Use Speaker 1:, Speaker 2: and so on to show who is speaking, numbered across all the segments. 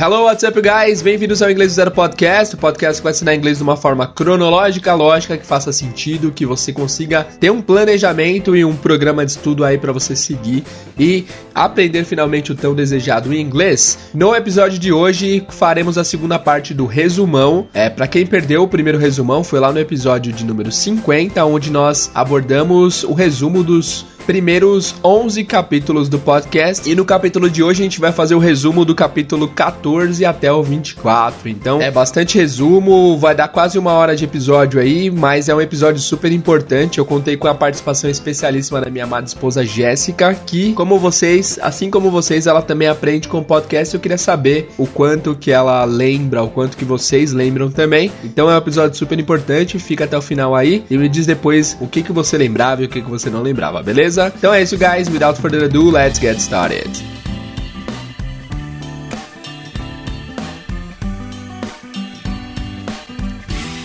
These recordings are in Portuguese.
Speaker 1: Hello, what's up, guys? Bem-vindos ao Inglês do Zero Podcast, o podcast que vai ensinar inglês de uma forma cronológica, lógica, que faça sentido, que você consiga ter um planejamento e um programa de estudo aí para você seguir e aprender finalmente o tão desejado inglês. No episódio de hoje, faremos a segunda parte do resumão. É, para quem perdeu o primeiro resumão, foi lá no episódio de número 50, onde nós abordamos o resumo dos primeiros 11 capítulos do podcast. E no capítulo de hoje a gente vai fazer o resumo do capítulo 14 até o 24. Então é bastante resumo, vai dar quase uma hora de episódio aí, mas é um episódio super importante. Eu contei com a participação especialíssima da minha amada esposa Jéssica, que, como vocês, assim como vocês, ela também aprende com o podcast. Eu queria saber o quanto que ela lembra, o quanto que vocês lembram também. Então é um episódio super importante, fica até o final aí e me diz depois o que, que você lembrava e o que, que você não lembrava, beleza? Então é isso, guys. Without further ado, let's get started.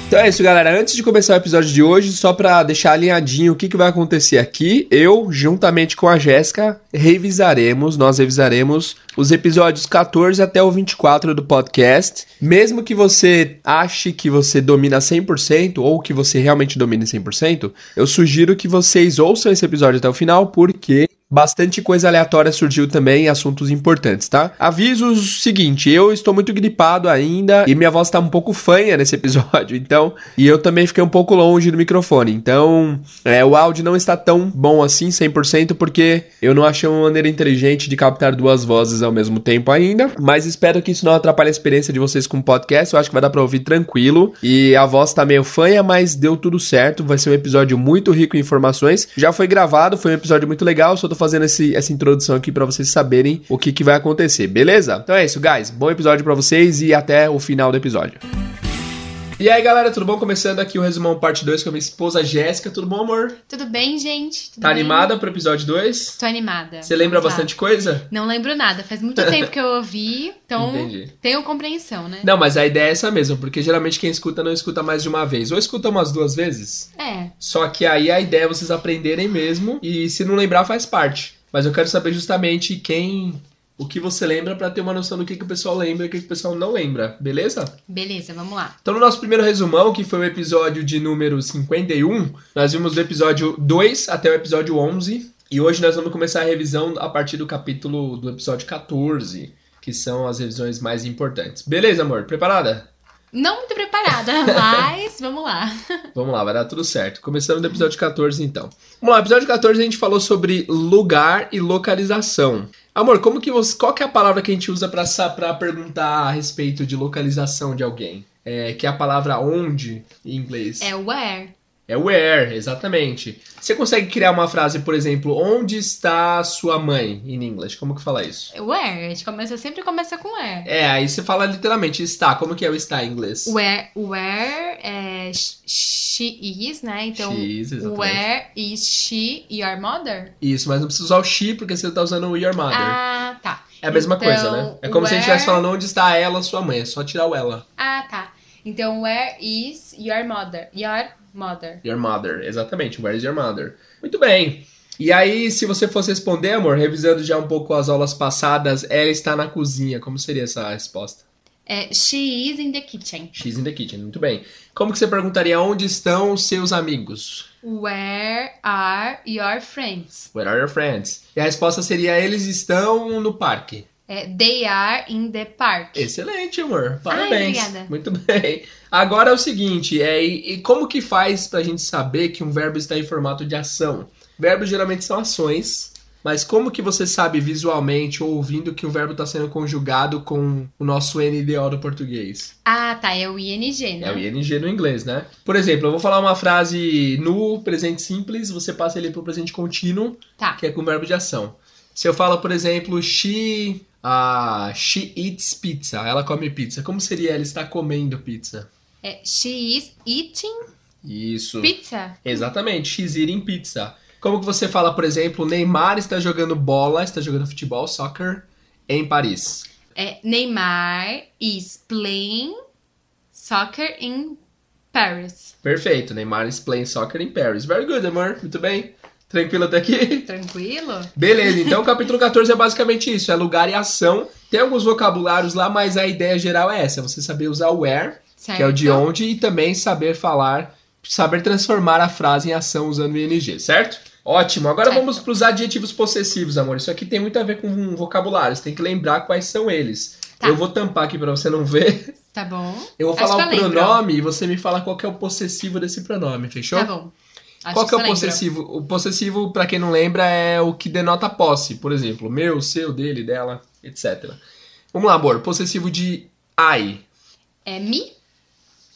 Speaker 1: Então é isso, galera. Antes de começar o episódio de hoje, só para deixar alinhadinho o que, que vai acontecer aqui, eu, juntamente com a Jéssica, revisaremos, nós revisaremos os episódios 14 até o 24 do podcast. Mesmo que você ache que você domina 100% ou que você realmente domine 100%, eu sugiro que vocês ouçam esse episódio até o final, porque Bastante coisa aleatória surgiu também, assuntos importantes, tá? Aviso o seguinte, eu estou muito gripado ainda e minha voz tá um pouco fanha nesse episódio, então, e eu também fiquei um pouco longe do microfone, então, é, o áudio não está tão bom assim, 100%, porque eu não achei uma maneira inteligente de captar duas vozes ao mesmo tempo ainda, mas espero que isso não atrapalhe a experiência de vocês com o podcast, eu acho que vai dar pra ouvir tranquilo, e a voz tá meio fanha, mas deu tudo certo, vai ser um episódio muito rico em informações, já foi gravado, foi um episódio muito legal, só tô fazendo esse, essa introdução aqui para vocês saberem o que, que vai acontecer, beleza? Então é isso, guys. Bom episódio para vocês e até o final do episódio. E aí, galera, tudo bom? Começando aqui o Resumão Parte 2 com a minha esposa Jéssica. Tudo bom, amor?
Speaker 2: Tudo bem, gente? Tudo
Speaker 1: Tá
Speaker 2: bem? Tá.
Speaker 1: animada pro episódio 2?
Speaker 2: Tô animada.
Speaker 1: Você lembra
Speaker 2: Vamos lá.
Speaker 1: bastante coisa?
Speaker 2: Não lembro nada. Faz muito tempo que eu ouvi, então
Speaker 1: Entendi.
Speaker 2: tenho compreensão, né?
Speaker 1: Não, mas a ideia é essa mesmo, porque geralmente quem escuta não escuta mais de uma vez. Ou escuta umas duas vezes.
Speaker 2: É.
Speaker 1: Só que aí a ideia é vocês aprenderem mesmo e se não lembrar faz parte. Mas eu quero saber justamente quem, o que você lembra pra ter uma noção do que, que o pessoal lembra e o que, que o pessoal não lembra, beleza?
Speaker 2: Beleza, vamos lá.
Speaker 1: Então, no nosso primeiro resumão, que foi o episódio de número 51, nós vimos do episódio 2 até o episódio 11. E hoje nós vamos começar a revisão a partir do capítulo do episódio 14, que são as revisões mais importantes. Beleza, amor? Preparada?
Speaker 2: Não muito preparada, mas vamos lá.
Speaker 1: Vamos lá, vai dar tudo certo. Começando do episódio 14, então. Vamos lá, episódio 14 a gente falou sobre lugar e localização. Amor, como que você, qual que é a palavra que a gente usa pra sa- pra perguntar a respeito de localização de alguém? É, que é a palavra onde em inglês.
Speaker 2: É o where.
Speaker 1: É where, exatamente. Você consegue criar uma frase, por exemplo, onde está sua mãe em inglês? Como que fala isso?
Speaker 2: É Where. A gente começa, sempre começa com where.
Speaker 1: É, aí você fala literalmente está. Como que é o está em inglês?
Speaker 2: Where, where é sh- she is, né? Então,
Speaker 1: X, exatamente.
Speaker 2: where is she your mother?
Speaker 1: Isso, mas não precisa usar o she porque você está usando o your mother.
Speaker 2: Ah, tá.
Speaker 1: é a mesma
Speaker 2: então,
Speaker 1: coisa, né? É como se a gente
Speaker 2: where-
Speaker 1: estivesse falando onde está ela, sua mãe. É só tirar o ela.
Speaker 2: Ah, tá. Então, where is your mother? Your mother.
Speaker 1: Your mother, exatamente. Where is your mother? Muito bem. E aí, se você fosse responder, amor, revisando já um pouco as aulas passadas, ela está na cozinha. Como seria essa resposta?
Speaker 2: É, she is in the kitchen.
Speaker 1: She's in the kitchen, muito bem. Como que você perguntaria onde estão os seus amigos?
Speaker 2: Where are your friends?
Speaker 1: Where are your friends? E a resposta seria eles estão no parque.
Speaker 2: É, they are in the park.
Speaker 1: Excelente, amor. Parabéns.
Speaker 2: obrigada.
Speaker 1: muito bem. Agora é o seguinte, é, e, e como que faz pra gente saber que um verbo está em formato de ação? Verbos geralmente são ações, mas como que você sabe visualmente ou ouvindo que o verbo está sendo conjugado com o nosso NDO do português?
Speaker 2: Ah, tá. É o ING, né?
Speaker 1: É o ING no inglês, né? Por exemplo, eu vou falar uma frase no presente simples, você passa ele pro presente contínuo,
Speaker 2: Tá.
Speaker 1: que é com verbo de ação. Se eu falo, por exemplo, she, ah, she eats pizza, ela come pizza. Como seria ela está comendo pizza?
Speaker 2: É, she is eating
Speaker 1: Isso.
Speaker 2: pizza.
Speaker 1: Exatamente, she's eating pizza. Como que você fala, por exemplo, Neymar está jogando bola, está jogando futebol, soccer, em Paris?
Speaker 2: É, Neymar is playing soccer in Paris.
Speaker 1: Perfeito, Neymar is playing soccer in Paris. Very good, amor. Muito bem. Tranquilo até aqui?
Speaker 2: Tranquilo?
Speaker 1: Beleza, então o capítulo 14 é basicamente isso: é lugar e ação. Tem alguns vocabulários lá, mas a ideia geral é essa: você saber usar o where,
Speaker 2: Certo.
Speaker 1: que é o de onde, e também saber falar, saber transformar a frase em ação usando o ing, certo? Ótimo, agora
Speaker 2: Certo.
Speaker 1: vamos para os adjetivos possessivos, amor. Isso aqui tem muito a ver com vocabulários, tem que lembrar quais são eles.
Speaker 2: Tá.
Speaker 1: Eu vou tampar aqui para você não ver.
Speaker 2: Tá bom.
Speaker 1: Eu vou
Speaker 2: Acho
Speaker 1: falar o
Speaker 2: que eu lembro.
Speaker 1: pronome e você me fala qual que é o possessivo desse pronome, fechou?
Speaker 2: Tá bom. Acho
Speaker 1: Qual que é
Speaker 2: eu
Speaker 1: o
Speaker 2: lembro.
Speaker 1: possessivo? O possessivo, pra quem não lembra, é o que denota posse, por exemplo, meu, seu, dele, dela, etc. Vamos lá, amor. Possessivo de ai.
Speaker 2: É mi?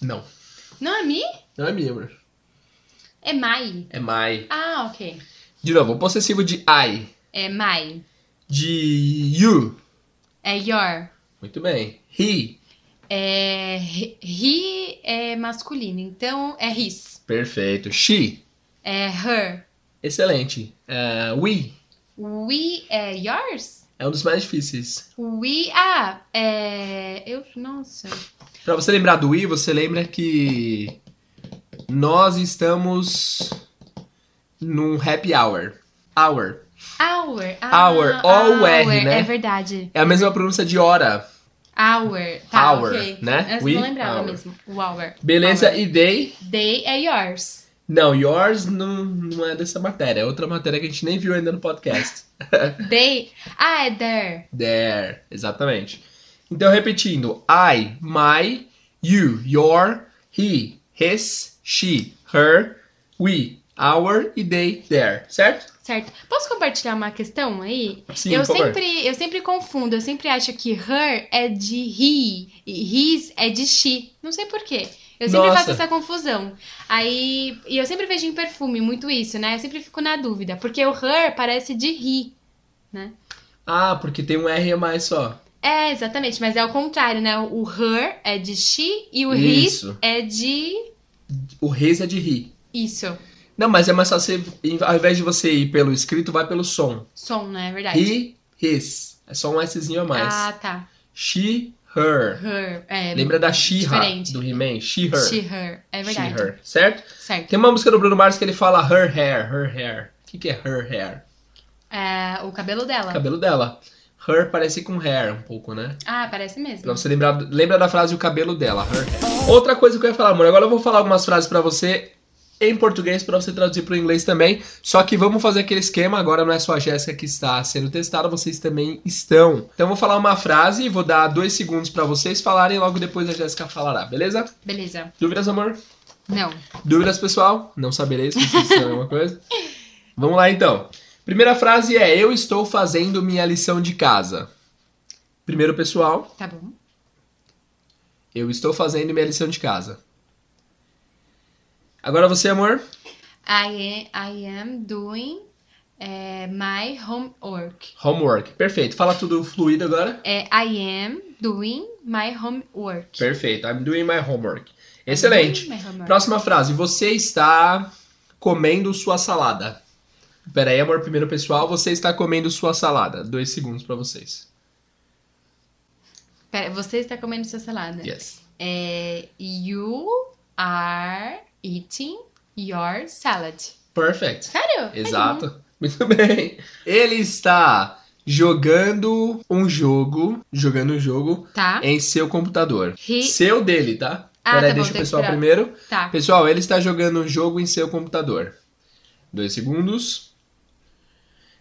Speaker 1: Não,
Speaker 2: Não é mi?
Speaker 1: não é minha, amor.
Speaker 2: É mai.
Speaker 1: É my.
Speaker 2: Ah, ok.
Speaker 1: De novo, possessivo de I.
Speaker 2: É mai.
Speaker 1: De you.
Speaker 2: É your.
Speaker 1: Muito bem. He.
Speaker 2: É he- he é masculino, então é his.
Speaker 1: Perfeito. She.
Speaker 2: É her.
Speaker 1: Excelente. É, we.
Speaker 2: We é yours?
Speaker 1: É um dos mais difíceis.
Speaker 2: We ah, é eu nossa.
Speaker 1: Pra você lembrar do we, você lembra que nós estamos num happy hour. Hour.
Speaker 2: Hour. Ah,
Speaker 1: Hour, ó o R,
Speaker 2: hour,
Speaker 1: né?
Speaker 2: É verdade.
Speaker 1: É a mesma pronúncia de hora.
Speaker 2: Hour. Tá,
Speaker 1: Hour,
Speaker 2: ok.
Speaker 1: né?
Speaker 2: Essa
Speaker 1: We
Speaker 2: eu não lembrava
Speaker 1: hour.
Speaker 2: mesmo. O hour.
Speaker 1: Beleza,
Speaker 2: Hour.
Speaker 1: e they?
Speaker 2: They é yours.
Speaker 1: Não, yours não, não é dessa matéria. É outra matéria que a gente nem viu ainda no podcast.
Speaker 2: They. Ah, é there.
Speaker 1: There, exatamente. Então, repetindo. I, my, you, your, he, his, she, her, we, our e they, there. Certo?
Speaker 2: Certo. Posso compartilhar uma questão aí?
Speaker 1: Sim,
Speaker 2: eu
Speaker 1: por favor.
Speaker 2: sempre, eu sempre confundo, eu sempre acho que her é de he e his é de she. Não sei por quê. Eu sempre
Speaker 1: Nossa.
Speaker 2: faço essa confusão. Aí, e eu sempre vejo em perfume muito isso, né? Eu sempre fico na dúvida, porque o her parece de he.
Speaker 1: Ah, porque tem um R a mais só.
Speaker 2: É, exatamente, mas é o contrário, né? O her é de she e o
Speaker 1: Isso.
Speaker 2: his é de
Speaker 1: O his é de he.
Speaker 2: isso.
Speaker 1: Não, mas é mais fácil. você- Ao invés de você ir pelo escrito, vai pelo som.
Speaker 2: Som, né? É verdade.
Speaker 1: He, his. É só um Szinho a mais.
Speaker 2: Ah, tá.
Speaker 1: She, her.
Speaker 2: Her. É,
Speaker 1: Lembra da She-Ra
Speaker 2: diferente.
Speaker 1: do He-Man? She, her.
Speaker 2: she, her. É verdade.
Speaker 1: She-Her, certo?
Speaker 2: Certo.
Speaker 1: Tem uma música do Bruno Mars que ele fala her hair, her hair. O que, que é her hair?
Speaker 2: É, o cabelo dela.
Speaker 1: Cabelo dela. Her parece com hair um pouco, né?
Speaker 2: Ah, parece mesmo.
Speaker 1: Pra você lembrar, lembra da frase o cabelo dela, her hair. Outra coisa que eu ia falar, amor, agora eu vou falar algumas frases pra você em português pra você traduzir pro inglês também. Só que vamos fazer aquele esquema, agora não é só a Jéssica que está sendo testada, vocês também estão. Então eu vou falar uma frase e vou dar dois segundos pra vocês falarem, logo depois a Jéssica falará, beleza?
Speaker 2: Beleza.
Speaker 1: Dúvidas, amor?
Speaker 2: Não.
Speaker 1: Dúvidas, pessoal? Não sabereis se vocês disseram alguma coisa. Vamos lá, então. Primeira frase é: Eu estou fazendo minha lição de casa. Primeiro, pessoal,
Speaker 2: Tá bom.
Speaker 1: eu estou fazendo minha lição de casa. Agora você, amor.
Speaker 2: I am, I am doing é, my homework.
Speaker 1: Homework. Perfeito. Fala tudo fluido agora.
Speaker 2: É, I am doing my homework.
Speaker 1: Perfeito. I'm doing my homework. Excelente.
Speaker 2: Doing my homework.
Speaker 1: Próxima frase: Você está comendo sua salada. Pera aí, amor. Primeiro, pessoal, você está comendo sua salada. Dois segundos pra vocês.
Speaker 2: Pera, você está comendo sua salada.
Speaker 1: Yes.
Speaker 2: É, you are eating your salad.
Speaker 1: Perfect.
Speaker 2: Sério? Tá
Speaker 1: Exato. Muito bem. Ele está jogando um jogo, jogando um jogo
Speaker 2: Tá,
Speaker 1: em seu computador.
Speaker 2: He-
Speaker 1: Seu dele, tá?
Speaker 2: Ah,
Speaker 1: Peraí,
Speaker 2: tá bom,
Speaker 1: deixa o
Speaker 2: tem que
Speaker 1: pessoal
Speaker 2: esperar.
Speaker 1: primeiro.
Speaker 2: tá.
Speaker 1: Pessoal, ele está jogando um jogo em seu computador. Dois segundos.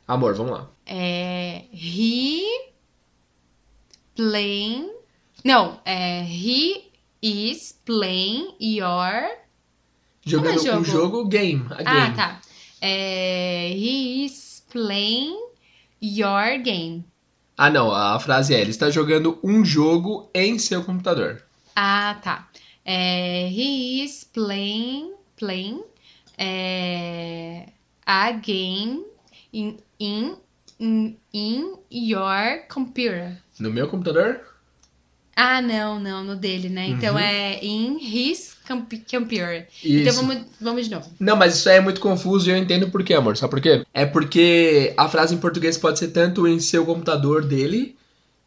Speaker 1: Amor, vamos lá.
Speaker 2: É, he playing. Não, é he is playing your. Como é
Speaker 1: Jogando um
Speaker 2: jogo?
Speaker 1: jogo game. A
Speaker 2: Ah,
Speaker 1: game.
Speaker 2: tá. É, he is playing your game.
Speaker 1: Ah, não. A frase é: ele está jogando um jogo em seu computador.
Speaker 2: Ah, tá. É, he is playing, playing é, a game in, in, in, in your computer.
Speaker 1: No meu computador?
Speaker 2: Ah, não, não, no dele, né? Então
Speaker 1: Uhum.
Speaker 2: é in his comp- computer.
Speaker 1: Isso.
Speaker 2: Então vamos, vamos de novo.
Speaker 1: Não, mas isso aí é muito confuso e eu entendo por quê, amor. Sabe por quê? É porque a frase em português pode ser tanto em seu computador dele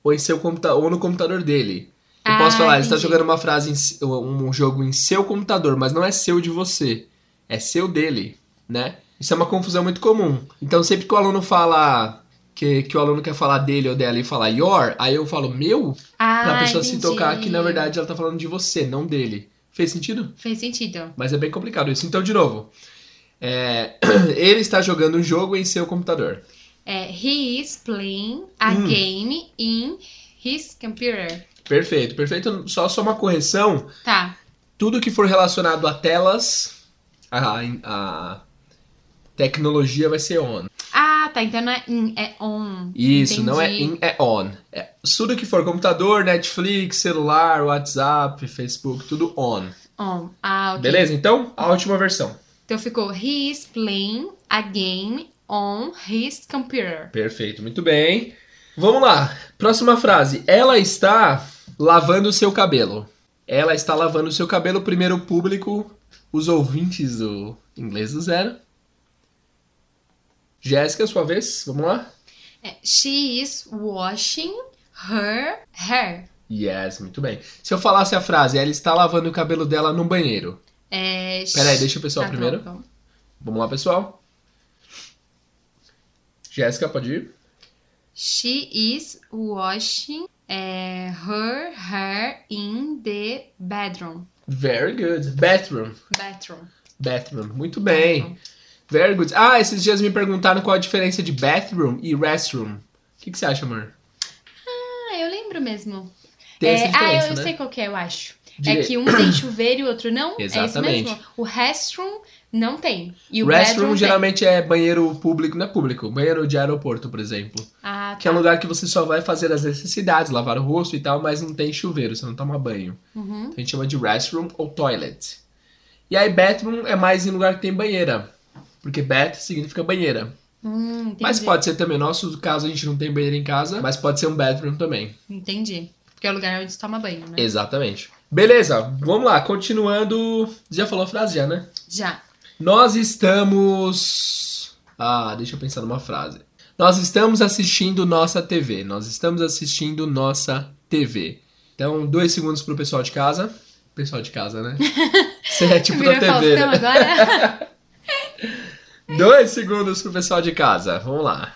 Speaker 1: ou em seu computa ou no computador dele. Eu
Speaker 2: Ah,
Speaker 1: posso falar, ele está
Speaker 2: entendi.
Speaker 1: jogando uma frase em um se- um jogo em seu computador, mas não é seu de você, é seu dele, né? Isso é uma confusão muito comum. Então, sempre que o aluno fala que, que o aluno quer falar dele ou dela e fala your, aí eu falo meu,
Speaker 2: Ah,
Speaker 1: pra pessoa se
Speaker 2: entendi.
Speaker 1: tocar que na verdade ela tá falando de você, não dele. Fez sentido?
Speaker 2: Fez sentido.
Speaker 1: Mas é bem complicado isso. Então, de novo, é, ele está jogando um jogo em seu computador.
Speaker 2: É, he is playing a
Speaker 1: Hum.
Speaker 2: game in his computer.
Speaker 1: Perfeito, perfeito. Só, só uma correção.
Speaker 2: Tá.
Speaker 1: tudo que for relacionado a telas, a, a tecnologia vai ser on.
Speaker 2: Ah, tá. Então não é in, é on.
Speaker 1: Isso, não é
Speaker 2: Entendi.
Speaker 1: in, é on. É, tudo que for computador, Netflix, celular, WhatsApp, Facebook, tudo on.
Speaker 2: On. Ah, ok.
Speaker 1: Beleza? Então, a última versão.
Speaker 2: Então ficou he is playing a game on his computer.
Speaker 1: Perfeito, muito bem. Vamos lá. Próxima frase. Ela está lavando o seu cabelo. Ela está lavando o seu cabelo. Primeiro público, os ouvintes do Inglês do Zero. Jéssica, sua vez. Vamos lá.
Speaker 2: É, she is washing her hair.
Speaker 1: Yes, muito bem. Se eu falasse a frase, ela está lavando o cabelo dela no banheiro.
Speaker 2: É,
Speaker 1: Pera aí,
Speaker 2: she-
Speaker 1: deixa o pessoal
Speaker 2: Ah, tá
Speaker 1: primeiro.
Speaker 2: bom.
Speaker 1: Vamos lá, pessoal. Jéssica, pode ir?
Speaker 2: She is washing é, her hair in the bedroom.
Speaker 1: Very good. Bathroom.
Speaker 2: Bedroom.
Speaker 1: Bathroom. Muito bem. Very good. Ah, esses dias me perguntaram qual a diferença de bathroom e restroom. O que, que você acha, amor?
Speaker 2: Ah, eu lembro mesmo.
Speaker 1: Tem
Speaker 2: É,
Speaker 1: essa
Speaker 2: ah, eu,
Speaker 1: diferença,
Speaker 2: eu
Speaker 1: né?
Speaker 2: sei qual que é, eu acho. É
Speaker 1: Direito.
Speaker 2: que um tem chuveiro e o outro não? É
Speaker 1: Exatamente.
Speaker 2: isso mesmo? O restroom não tem. E o bedroom
Speaker 1: restroom
Speaker 2: tem.
Speaker 1: geralmente é banheiro público, não é público, banheiro de aeroporto, por exemplo.
Speaker 2: Ah,
Speaker 1: Que é um
Speaker 2: tá.
Speaker 1: lugar que você só vai fazer as necessidades, lavar o rosto e tal, mas não tem chuveiro, você não toma banho.
Speaker 2: Uhum.
Speaker 1: A gente chama de restroom ou toilet. E aí, bathroom é mais em lugar que tem banheira. Porque bath significa banheira.
Speaker 2: Hum, entendi.
Speaker 1: Mas pode ser também, nosso caso a gente não tem banheira em casa, mas pode ser um bathroom também.
Speaker 2: Entendi. Porque é o lugar onde se toma banho, né?
Speaker 1: Exatamente. Beleza, vamos lá, continuando. Já falou a frase já, né?
Speaker 2: Já.
Speaker 1: Nós estamos. Ah, deixa eu pensar numa frase. Nós estamos assistindo nossa TV. Nós estamos assistindo nossa TV. Então, dois segundos pro pessoal de casa. Pessoal de casa, né? Você é tipo da
Speaker 2: Virou
Speaker 1: TV.
Speaker 2: Faustão
Speaker 1: né?
Speaker 2: agora?
Speaker 1: Dois segundos pro pessoal de casa. Vamos lá.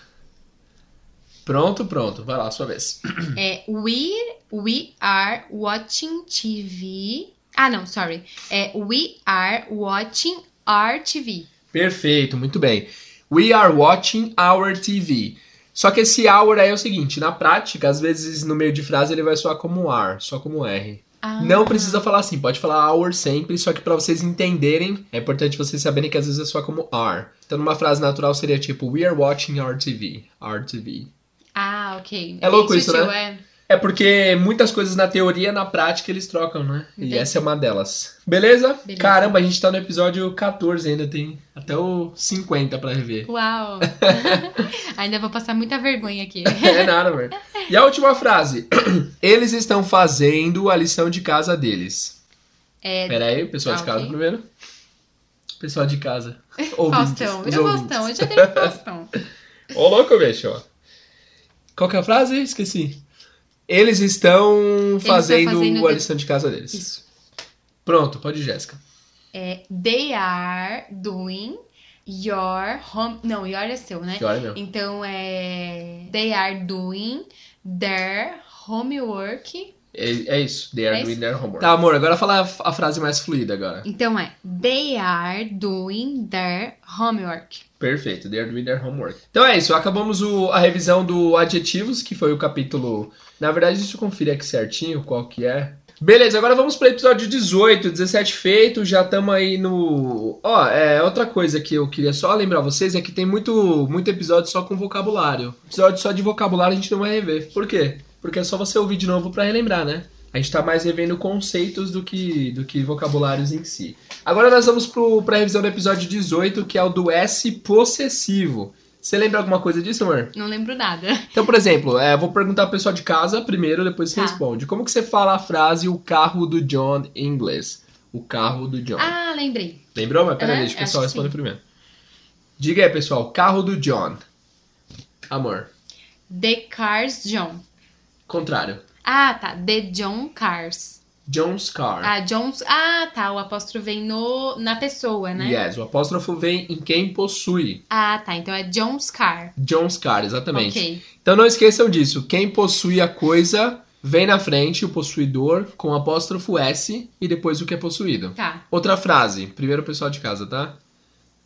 Speaker 1: Pronto, pronto. Vai lá, sua vez.
Speaker 2: é we, we are watching TV. Ah, não, sorry. É we are watching our TV.
Speaker 1: Perfeito, muito bem. We are watching our TV. Só que esse hour aí é o seguinte, na prática, às vezes no meio de frase ele vai soar como ar, só como R.
Speaker 2: Ah,
Speaker 1: Não precisa falar assim, pode falar hour sempre, só que pra vocês entenderem, é importante vocês saberem que às vezes é só como are. Então numa frase natural seria tipo, we are watching our TV, our TV.
Speaker 2: Ah, ok.
Speaker 1: É louco
Speaker 2: Bem
Speaker 1: isso,
Speaker 2: sutil, é.
Speaker 1: É porque muitas coisas na teoria, na prática, eles trocam, né?
Speaker 2: Entendi.
Speaker 1: E essa é uma delas. Beleza?
Speaker 2: Beleza.
Speaker 1: Caramba, a gente tá no episódio 14 ainda, tem até o 50 pra rever.
Speaker 2: é. Uau! Ainda vou passar muita vergonha aqui.
Speaker 1: É nada, velho. E a última frase. Eles estão fazendo a lição de casa deles.
Speaker 2: É,
Speaker 1: Pera aí, pessoal
Speaker 2: Ah,
Speaker 1: de casa
Speaker 2: ok.
Speaker 1: primeiro. Pessoal de casa. Ouvintes,
Speaker 2: Faustão.
Speaker 1: os
Speaker 2: Eu
Speaker 1: ouvintes.
Speaker 2: Faustão. Eu já dei pro Faustão.
Speaker 1: Ô, louco, bicho. ó. Qual que é a frase? Esqueci. Eles estão fazendo,
Speaker 2: fazendo
Speaker 1: a
Speaker 2: de-
Speaker 1: lição de casa deles.
Speaker 2: Isso.
Speaker 1: Pronto, pode ir, Jéssica.
Speaker 2: É, they are doing your home... Não, your é seu, né?
Speaker 1: Que hora mesmo.
Speaker 2: Então, é... They are doing their homework.
Speaker 1: É, é isso. They are
Speaker 2: É isso?
Speaker 1: doing their homework. Tá, amor, agora fala a, a frase mais fluida agora.
Speaker 2: Então, é... They are doing their homework.
Speaker 1: Perfeito, they are doing their homework. Então é isso, acabamos o- a revisão do adjetivos, que foi o capítulo. Na verdade, deixa eu conferir aqui certinho qual que é. Beleza, agora vamos para o episódio 18, 17 feito, já estamos aí no. Ó, é outra coisa que eu queria só lembrar vocês é que tem muito, muito episódio só com vocabulário. Episódio só de vocabulário a gente não vai rever. Por quê? Porque é só você ouvir de novo para relembrar, né? A gente tá mais revendo conceitos do que, do que vocabulários em si. Agora nós vamos pro, pra revisão do episódio 18, que é o do S possessivo. Você lembra alguma coisa disso, amor?
Speaker 2: Não lembro nada.
Speaker 1: Então, por exemplo, é, vou perguntar pro pessoal de casa primeiro, depois você
Speaker 2: Tá.
Speaker 1: responde. Como que você fala a frase o carro do John em inglês? O carro do John.
Speaker 2: Ah, lembrei.
Speaker 1: Lembrou? Mas peraí,
Speaker 2: Aham,
Speaker 1: deixa o pessoal
Speaker 2: acho que
Speaker 1: responder primeiro. Diga aí, pessoal. Carro do John. Amor.
Speaker 2: The cars John.
Speaker 1: Contrário.
Speaker 2: Ah, tá. The John cars.
Speaker 1: John's car.
Speaker 2: Ah, Jones. Ah, tá. O apóstrofo vem no, na pessoa, né?
Speaker 1: Yes, o apóstrofo vem em quem possui.
Speaker 2: Ah, tá. Então é Jones Car.
Speaker 1: John's car, exatamente.
Speaker 2: Ok.
Speaker 1: Então não esqueçam disso. Quem possui a coisa vem na frente, o possuidor, com apóstrofo S e depois o que é possuído.
Speaker 2: Tá.
Speaker 1: Outra frase, primeiro o pessoal de casa, tá?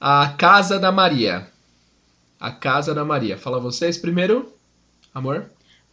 Speaker 1: A casa da Maria. A casa da Maria. Fala vocês primeiro, amor.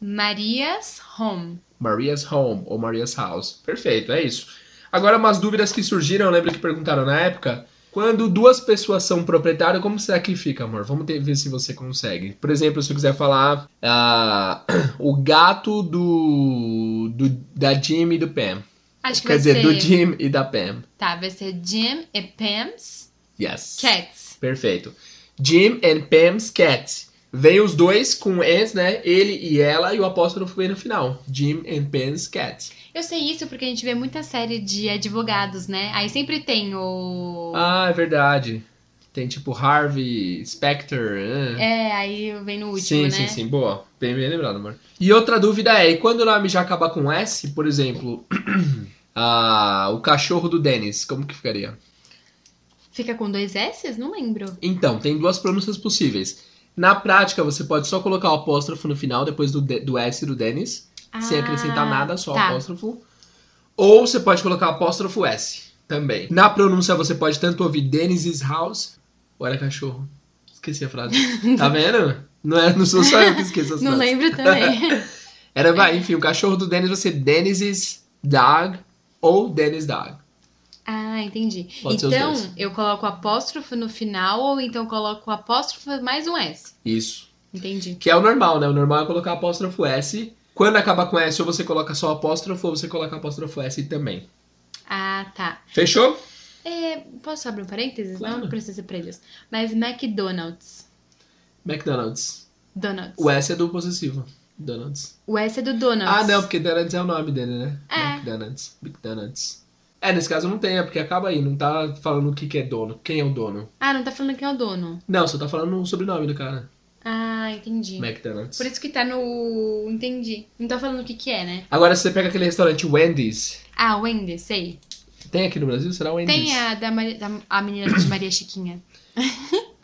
Speaker 2: Maria's Home.
Speaker 1: Maria's Home ou Maria's House. Perfeito, é isso. Agora, umas dúvidas que surgiram, lembra que perguntaram na época? Quando duas pessoas são proprietário, como será que fica, amor? Vamos ter- ver se você consegue. Por exemplo, se eu quiser falar ah, o gato do, do da Jim e do Pam.
Speaker 2: Acho que
Speaker 1: Quer
Speaker 2: vai
Speaker 1: dizer,
Speaker 2: ser.
Speaker 1: do Jim e da Pam.
Speaker 2: Tá, vai ser Jim e Pam's
Speaker 1: Yes.
Speaker 2: Cats.
Speaker 1: Perfeito. Jim and Pam's Cats. Vem os dois com ends, né? Ele e ela e o apóstrofo vem no final. Jim and Pam's Cats.
Speaker 2: Eu sei isso porque a gente vê muita série de advogados, né? Aí sempre tem o.
Speaker 1: Ah, é verdade. Tem tipo Harvey, Spectre. né?
Speaker 2: É, aí vem no último,
Speaker 1: sim,
Speaker 2: né?
Speaker 1: sim, sim. Boa. Bem, bem lembrado, amor. E outra dúvida é: e quando o nome já acaba com S, por exemplo, ah, o cachorro do Dennis, como que ficaria?
Speaker 2: Fica com dois S's? Não lembro.
Speaker 1: Então, tem duas pronúncias possíveis. Na prática, você pode só colocar o apóstrofo no final, depois do, de- do S do Dennis, sem
Speaker 2: Ah,
Speaker 1: acrescentar nada, só o
Speaker 2: tá.
Speaker 1: apóstrofo. Ou você pode colocar apóstrofo S também. Na pronúncia, você pode tanto ouvir Dennis's House. Olha, cachorro. Esqueci a frase. Tá vendo? Não, é, não sou só eu que esqueço as
Speaker 2: Não
Speaker 1: frases.
Speaker 2: lembro também.
Speaker 1: Era, vai, enfim, o cachorro do Dennis vai ser Dennis's Dog ou Dennis Dog.
Speaker 2: Ah, entendi.
Speaker 1: Pode ser os
Speaker 2: então,
Speaker 1: dois.
Speaker 2: eu coloco o apóstrofo no final ou então coloco o apóstrofo mais um S.
Speaker 1: Isso.
Speaker 2: Entendi.
Speaker 1: Que é o normal, né? O normal é colocar apóstrofo S. Quando acaba com S, ou você coloca só apóstrofo, ou você coloca apóstrofo S também.
Speaker 2: Ah, tá.
Speaker 1: Fechou?
Speaker 2: É, posso abrir um parênteses?
Speaker 1: Claro.
Speaker 2: Não precisa ser presos. Mas McDonald's.
Speaker 1: McDonald's.
Speaker 2: Donuts.
Speaker 1: O S é do possessivo. Donuts.
Speaker 2: O S é do Donuts.
Speaker 1: Ah, não, porque Donuts é o nome dele, né?
Speaker 2: É.
Speaker 1: McDonald's. Big Donuts. É, nesse caso não tem, é porque acaba aí. Não tá falando o que, que é dono. Quem é o dono.
Speaker 2: Ah, não tá falando quem é o dono.
Speaker 1: Não, só tá falando o sobrenome do cara.
Speaker 2: Ah, entendi.
Speaker 1: McDonald's.
Speaker 2: Por isso que tá no. Entendi. Não tá falando o que que é, né?
Speaker 1: Agora, se você pega aquele restaurante Wendy's,
Speaker 2: Ah, Wendy, sei.
Speaker 1: tem aqui no Brasil? Será Wendy's?
Speaker 2: Tem é. a da, Mari- da- a menina de Maria Chiquinha.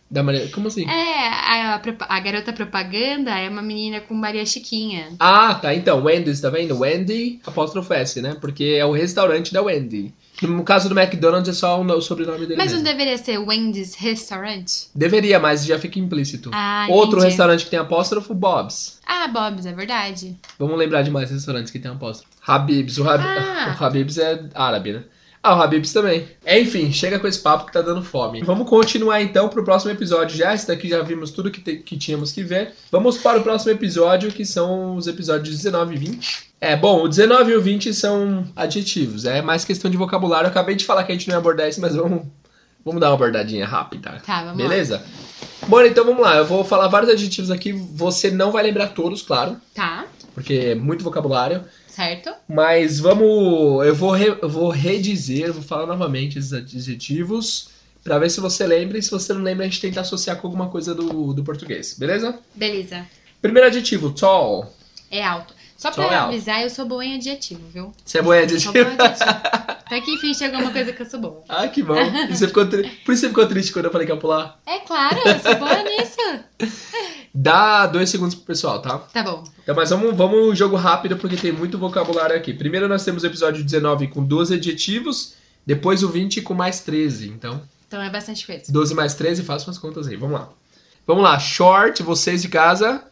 Speaker 1: Da Maria... Como assim?
Speaker 2: É, a, propa- a garota propaganda é uma menina com Maria Chiquinha.
Speaker 1: Ah, tá. Então, Wendy's, tá vendo? Wendy, apóstrofo S, né? Porque é o restaurante da Wendy. No caso do McDonald's, é só o no- o sobrenome dele
Speaker 2: Mas não
Speaker 1: mesmo.
Speaker 2: deveria ser Wendy's Restaurant?
Speaker 1: Deveria, mas já fica implícito.
Speaker 2: Ah,
Speaker 1: Outro
Speaker 2: entendi.
Speaker 1: restaurante que tem apóstrofo, Bob's.
Speaker 2: Ah, Bob's, é verdade.
Speaker 1: Vamos lembrar de mais restaurantes que tem apóstrofo. Habib's. O, Hab...
Speaker 2: Ah.
Speaker 1: o Habib's é árabe, né? Ah, o Habib's também. Enfim, chega com esse papo que tá dando fome. Vamos continuar então pro próximo episódio. Já esse daqui já vimos tudo que, te- que tínhamos que ver. Vamos para o próximo episódio, que são os episódios 19 e 20. É, bom, o 19 e o 20 são adjetivos. É mais questão de vocabulário. Eu acabei de falar que a gente não ia abordar isso, mas vamos, vamos dar uma abordadinha rápida.
Speaker 2: Tá, vamos lá.
Speaker 1: Beleza? Bom, então vamos lá. Eu vou falar vários adjetivos aqui. Você não vai lembrar todos, claro,
Speaker 2: Tá,
Speaker 1: porque é muito vocabulário.
Speaker 2: certo?
Speaker 1: Mas vamos. Eu vou, re- eu vou redizer, vou falar novamente esses adjetivos. Pra ver se você lembra e se você não lembra, a gente tenta associar com alguma coisa do, do português, beleza?
Speaker 2: Beleza.
Speaker 1: Primeiro adjetivo, tall.
Speaker 2: É alto. Só
Speaker 1: Só é
Speaker 2: pra
Speaker 1: alto.
Speaker 2: avisar, eu sou boa em adjetivo, viu?
Speaker 1: Você é bom em
Speaker 2: Sou boa em
Speaker 1: adjetivo?
Speaker 2: adjetivo. Até que enfim chegou uma coisa que eu sou boa.
Speaker 1: ah, que bom. E Você ficou tri- Por isso você ficou triste quando eu falei que ia pular.
Speaker 2: É claro, eu sou boa nisso.
Speaker 1: Dá dois segundos pro pessoal, tá?
Speaker 2: Tá bom.
Speaker 1: Então, mas vamos, vamos um jogo rápido porque tem muito vocabulário aqui. Primeiro nós temos o episódio 19 com 12 adjetivos, depois o 20 com mais 13. Então,
Speaker 2: Então é bastante coisa.
Speaker 1: 12 mais 13, faça umas contas aí. Vamos lá. Vamos lá, short, vocês de casa.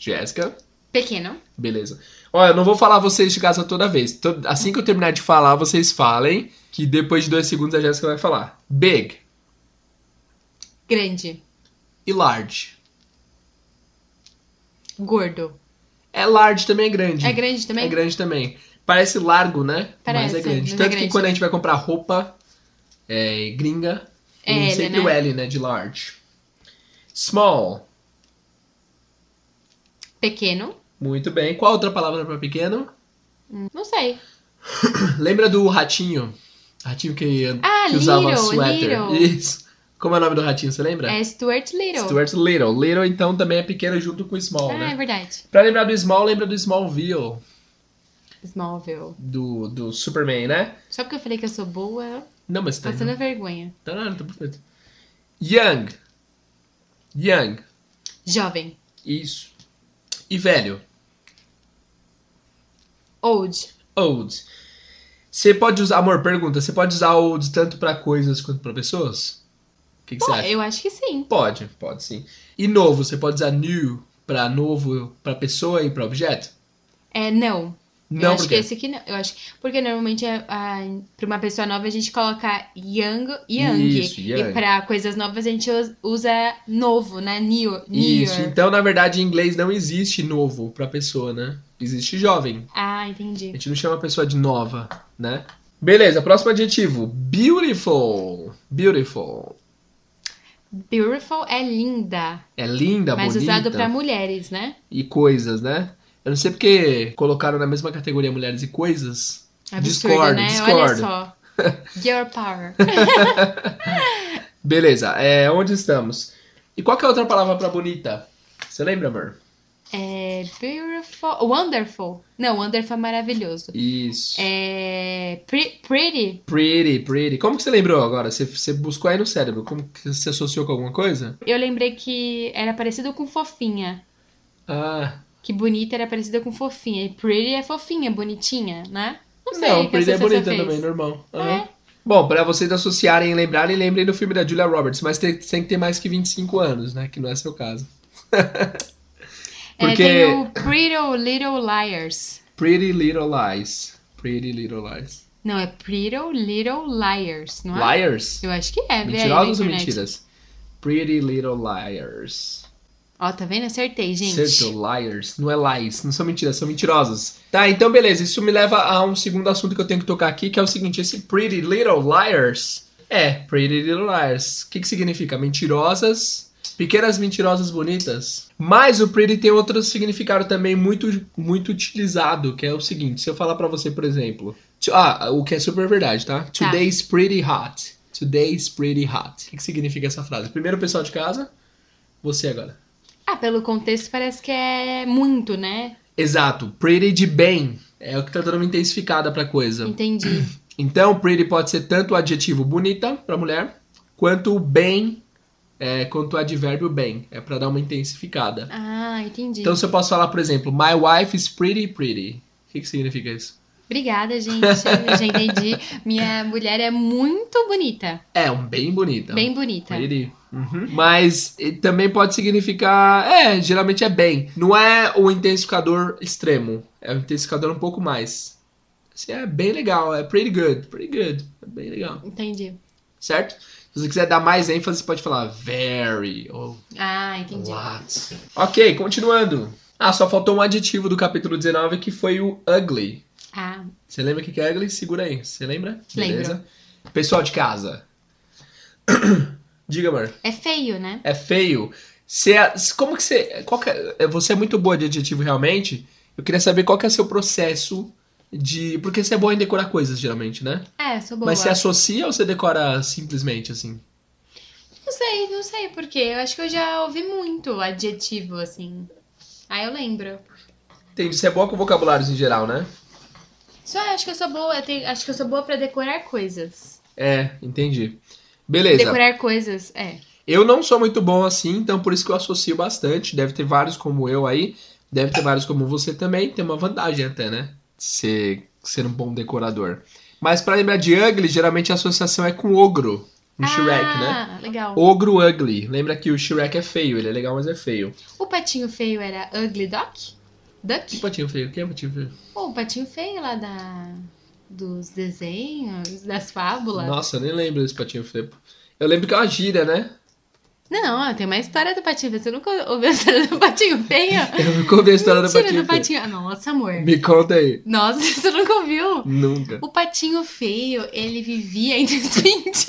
Speaker 1: Jéssica,
Speaker 2: Pequeno.
Speaker 1: beleza. Olha, eu não vou falar vocês de casa toda vez. To- Assim que eu terminar de falar, vocês falem, que depois de dois segundos a Jéssica vai falar. Big
Speaker 2: Grande.
Speaker 1: e large.
Speaker 2: Gordo.
Speaker 1: É large também é grande.
Speaker 2: É grande também?
Speaker 1: É grande também. Parece largo, né? mas
Speaker 2: Parece,
Speaker 1: é grande.
Speaker 2: mas é
Speaker 1: Tanto que
Speaker 2: grande.
Speaker 1: quando a gente vai comprar roupa é, gringa,
Speaker 2: É
Speaker 1: tem
Speaker 2: L,
Speaker 1: sempre
Speaker 2: né?
Speaker 1: o L, né? De large. Small. é.
Speaker 2: Pequeno.
Speaker 1: Muito bem. Qual outra palavra para pequeno?
Speaker 2: Hum, Não sei.
Speaker 1: Lembra do ratinho? Ratinho que,
Speaker 2: Ah,
Speaker 1: que usava
Speaker 2: little,
Speaker 1: suéter.
Speaker 2: little.
Speaker 1: Isso. Como é o nome do ratinho, você lembra?
Speaker 2: É Stuart Little.
Speaker 1: Stuart Little. Little, então, também é pequeno junto com
Speaker 2: ah,
Speaker 1: small, né?
Speaker 2: é verdade.
Speaker 1: Pra lembrar do small, lembra do Smallville.
Speaker 2: Smallville.
Speaker 1: do, do Superman, né?
Speaker 2: Só porque eu falei que eu sou boa,
Speaker 1: Não, mas tem.
Speaker 2: passando vergonha.
Speaker 1: Tá, não, tá perfeito. Young. Young.
Speaker 2: Jovem.
Speaker 1: Isso. E velho.
Speaker 2: Old.
Speaker 1: Old. Você pode usar. Amor, pergunta. Você pode usar old tanto pra coisas quanto pra pessoas? O que, que você
Speaker 2: Pô,
Speaker 1: acha?
Speaker 2: eu acho que sim.
Speaker 1: Pode, pode sim. E novo. Você pode usar new pra novo, pra pessoa e pra objeto?
Speaker 2: É, não. eu
Speaker 1: Não,
Speaker 2: acho que
Speaker 1: porque.
Speaker 2: esse aqui não. Eu acho, porque normalmente é, ah, pra uma pessoa nova a gente coloca young, young.
Speaker 1: Isso,
Speaker 2: E
Speaker 1: young.
Speaker 2: pra coisas novas a gente us- usa novo, né? New,
Speaker 1: Isso.
Speaker 2: newer.
Speaker 1: Então, na verdade, em inglês não existe novo pra pessoa, né? Existe jovem.
Speaker 2: Ah,
Speaker 1: A
Speaker 2: entendi.
Speaker 1: gente não chama a pessoa de nova, né? Beleza, próximo adjetivo. Beautiful. Beautiful.
Speaker 2: Beautiful é linda,
Speaker 1: É linda,
Speaker 2: mas
Speaker 1: bonita.
Speaker 2: usado pra mulheres, né?
Speaker 1: E coisas, né? Eu não sei porque colocaram na mesma categoria mulheres e coisas.
Speaker 2: Absurdo,
Speaker 1: Discordo,
Speaker 2: né? Olha
Speaker 1: discordo.
Speaker 2: só. Girl power.
Speaker 1: Beleza, é, onde estamos? E qual que é a outra palavra pra bonita? Você lembra, amor?
Speaker 2: É beautiful. Wonderful. Não, wonderful é maravilhoso.
Speaker 1: Isso.
Speaker 2: É. pre- pretty.
Speaker 1: Pretty, pretty. Como que você lembrou agora? Você, você buscou aí no cérebro. Como que você associou com alguma coisa?
Speaker 2: Eu lembrei que era parecido com fofinha.
Speaker 1: Ah,
Speaker 2: Que bonita era parecida com fofinha. E pretty é fofinha, bonitinha, né? Não sei.
Speaker 1: não,
Speaker 2: que
Speaker 1: pretty é
Speaker 2: associação
Speaker 1: bonita
Speaker 2: fez.
Speaker 1: também, normal. Aham.
Speaker 2: É.
Speaker 1: Bom, pra vocês associarem e lembrarem, lembrem do filme da Julia Roberts, mas tem, tem que ter mais que 25 anos, né? Que não é seu caso.
Speaker 2: É,
Speaker 1: Porque-
Speaker 2: tem o Pretty Little Liars.
Speaker 1: Pretty Little Lies. Pretty Little Lies.
Speaker 2: Não, é Pretty Little Liars, não é?
Speaker 1: Liars?
Speaker 2: Eu acho que é, vê aí na
Speaker 1: Mentirosos ou
Speaker 2: internet.
Speaker 1: mentiras? Pretty Little Liars.
Speaker 2: Ó, tá vendo? Acertei, gente.
Speaker 1: Certo, liars. Não é lies, não são mentiras, são mentirosas. Tá, então beleza. Isso me leva a um segundo assunto que eu tenho que tocar aqui, que é o seguinte: esse Pretty Little Liars. É, Pretty Little Liars. O que, que significa? Mentirosas. Pequenas mentirosas bonitas. Mas o pretty tem outro significado também muito, muito utilizado, que é o seguinte: se eu falar pra você, por exemplo. to- Ah, o que é super verdade, tá? Today's pretty hot. Today's pretty hot. O que, que significa essa frase? Primeiro, pessoal de casa. Você agora.
Speaker 2: Ah, pelo contexto parece que é muito, né?
Speaker 1: Exato, pretty de bem é o que tá dando uma intensificada pra coisa.
Speaker 2: Entendi.
Speaker 1: Então, pretty pode ser tanto o adjetivo bonita pra mulher, quanto o bem, é, quanto o advérbio bem, é pra dar uma intensificada.
Speaker 2: Ah, entendi.
Speaker 1: Então, se eu posso falar, por exemplo, my wife is pretty pretty. O que, que significa isso?
Speaker 2: Obrigada, gente. Eu já entendi. Minha mulher é muito bonita.
Speaker 1: É, um bem bonita.
Speaker 2: Bem bonita.
Speaker 1: Pretty. Uhum. Mas e também pode significar. É, geralmente é bem. Não é o intensificador extremo. É o intensificador um pouco mais. Assim, é bem legal. É pretty good. Pretty good. É bem legal.
Speaker 2: Entendi.
Speaker 1: Certo? Se você quiser dar mais ênfase, pode falar very ou
Speaker 2: Ah, entendi.
Speaker 1: lots. Ok, continuando. Ah, só faltou um adjetivo do capítulo 19 que foi o ugly.
Speaker 2: Ah,
Speaker 1: Você lembra o que que é ugly? Segura aí. Você lembra?
Speaker 2: Lembro.
Speaker 1: Pessoal de casa. Diga, amor.
Speaker 2: é feio, né?
Speaker 1: É feio. Você, é- como que você, qual que é- você é muito boa de adjetivo realmente. Eu queria saber qual que é o seu processo de, porque você é boa em decorar coisas geralmente, né?
Speaker 2: É, sou boa.
Speaker 1: Mas você associa ou você decora simplesmente assim?
Speaker 2: Não sei, não sei por quê. Eu acho que eu já ouvi muito adjetivo, assim. Ah, eu lembro.
Speaker 1: Entendi, você é boa com vocabulários em geral, né?
Speaker 2: Só acho que eu sou boa, eu tenho- acho que eu sou boa pra decorar coisas.
Speaker 1: É, entendi. Beleza.
Speaker 2: Decorar coisas, é.
Speaker 1: Eu não sou muito bom assim, então por isso que eu associo bastante. Deve ter vários como eu aí, deve ter vários como você também. Tem uma vantagem até, né? Ser, ser um bom decorador. Mas pra lembrar de ugly, geralmente a associação é com ogro, no Shrek, né?
Speaker 2: Ah, legal.
Speaker 1: Ogro ugly. Lembra que o Shrek é feio, ele é legal, mas é feio.
Speaker 2: O patinho feio era Ugly Duck?
Speaker 1: Que
Speaker 2: Duck?
Speaker 1: patinho feio? Que patinho feio?
Speaker 2: Pô, o patinho feio lá da... dos desenhos, das fábulas.
Speaker 1: Nossa, eu nem lembro desse patinho feio. Eu lembro que é uma gíria, né?
Speaker 2: Não, tem uma história do patinho feio. Você nunca ouviu a história do patinho feio?
Speaker 1: Eu não contei a história do
Speaker 2: Mentira,
Speaker 1: patinho,
Speaker 2: do patinho. Ah, Nossa, amor.
Speaker 1: feio. Me conta aí.
Speaker 2: Nossa, você nunca ouviu?
Speaker 1: Nunca.
Speaker 2: O patinho feio, ele vivia entre os pintinhos.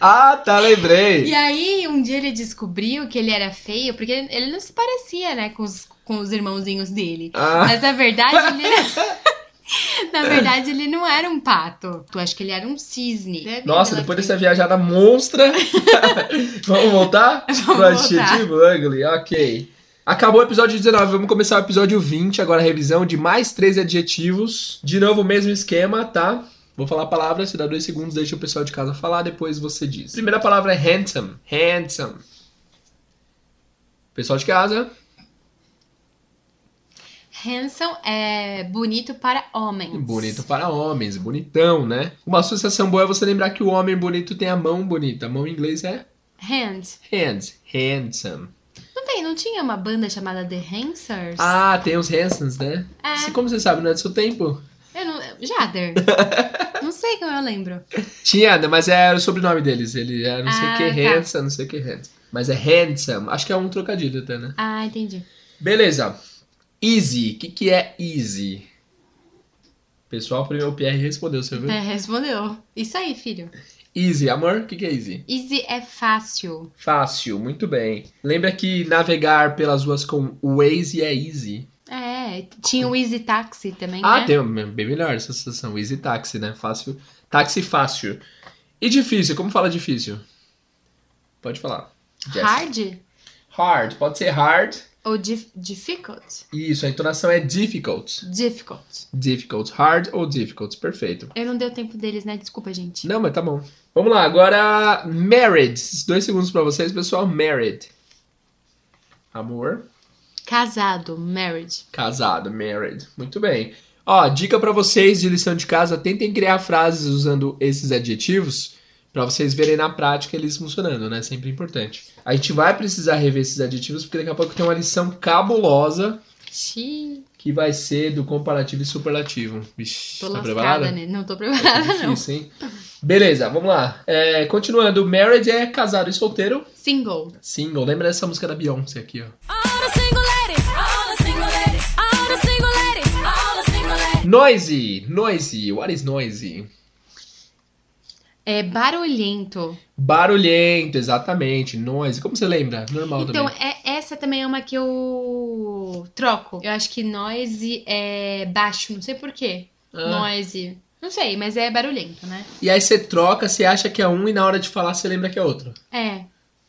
Speaker 1: Ah, tá, lembrei.
Speaker 2: E aí, um dia ele descobriu que ele era feio, porque ele ele não se parecia, né, com os, com os irmãozinhos dele.
Speaker 1: Ah.
Speaker 2: Mas na verdade, ele era... Na verdade, ele não era um pato. Tu acho que ele era um cisne. Né?
Speaker 1: Nossa,
Speaker 2: Ela
Speaker 1: depois
Speaker 2: fica-
Speaker 1: dessa viajada monstra. Vamos voltar?
Speaker 2: Vamos
Speaker 1: Pro
Speaker 2: voltar.
Speaker 1: adjetivo ugly, ok. Acabou o episódio 19, vamos começar o episódio 20, agora a revisão de mais três adjetivos. De novo, o mesmo esquema, tá? Vou falar a palavra, se dá dois segundos, deixa o pessoal de casa falar, depois você diz. Primeira palavra é handsome. Handsome. Pessoal de casa.
Speaker 2: Handsome é bonito para homens.
Speaker 1: Bonito para homens, bonitão, né? Uma associação boa é você lembrar que o homem bonito tem a mão bonita. A mão em inglês é
Speaker 2: Hand.
Speaker 1: hands, handsome.
Speaker 2: Não tem, não tinha uma banda chamada The Hansers?
Speaker 1: Ah, tem os Hansons, né?
Speaker 2: É.
Speaker 1: Se- Como você sabe, não é do seu tempo?
Speaker 2: Eu não... Jader. não sei como eu lembro.
Speaker 1: Tinha, né, mas era o sobrenome deles. Ele era não sei o
Speaker 2: Ah,
Speaker 1: que
Speaker 2: tá.
Speaker 1: Hanson, não sei o que Hanson. Mas é Handsome. Acho que é um trocadilho até, né?
Speaker 2: Ah, entendi.
Speaker 1: Beleza. Easy. O que, que é easy? Pessoal, primeiro o Pierre respondeu, você viu?
Speaker 2: É, respondeu. Isso aí, filho.
Speaker 1: Easy, amor. O que, que é easy?
Speaker 2: Easy é fácil.
Speaker 1: Fácil, muito bem. Lembra que navegar pelas ruas com Waze é easy?
Speaker 2: É, tinha o Easy Taxi também,
Speaker 1: Ah,
Speaker 2: né?
Speaker 1: tem bem melhor essa sensação. Easy táxi, né? Fácil. Táxi fácil. E difícil, como fala difícil? Pode falar. Jess.
Speaker 2: Hard
Speaker 1: Hard, pode ser hard.
Speaker 2: ou dif- difficult?
Speaker 1: Isso, a entonação é difficult.
Speaker 2: Difficult.
Speaker 1: Difficult, hard ou difficult, perfeito.
Speaker 2: Eu não deu tempo deles, né? Desculpa, gente.
Speaker 1: Não, mas tá bom. Vamos lá, agora married. Dois segundos pra vocês, pessoal. Married. Amor,
Speaker 2: Casado, marriage.
Speaker 1: casado, married. Muito bem. Ó, dica pra vocês de lição de casa, tentem criar frases usando esses adjetivos pra vocês verem na prática eles funcionando, né? Sempre importante. A gente vai precisar rever esses adjetivos porque daqui a pouco tem uma lição cabulosa
Speaker 2: Xiii.
Speaker 1: que vai ser do comparativo e superlativo. Vixe,
Speaker 2: Tô
Speaker 1: tá preparada?
Speaker 2: lascada, né? Não tô
Speaker 1: É
Speaker 2: preparada, não.
Speaker 1: difícil, hein? Beleza, vamos lá. É, continuando, married é casado e solteiro.
Speaker 2: Single.
Speaker 1: Single, lembra dessa música da Beyoncé aqui, ó.
Speaker 3: All the single ladies, all the single ladies, all the single ladies, all the single ladies.
Speaker 1: Noisy, noisy, what is noisy?
Speaker 2: É barulhento.
Speaker 1: Barulhento, exatamente, noisy. Como você lembra? Normal
Speaker 2: Então,
Speaker 1: também.
Speaker 2: é, essa também é uma que eu troco. Eu acho que noise é baixo, não sei porquê.
Speaker 1: Ah.
Speaker 2: Noise. Não sei, mas é barulhento, né?
Speaker 1: E aí você troca, você acha que é um e na hora de falar você lembra que é outro.
Speaker 2: É,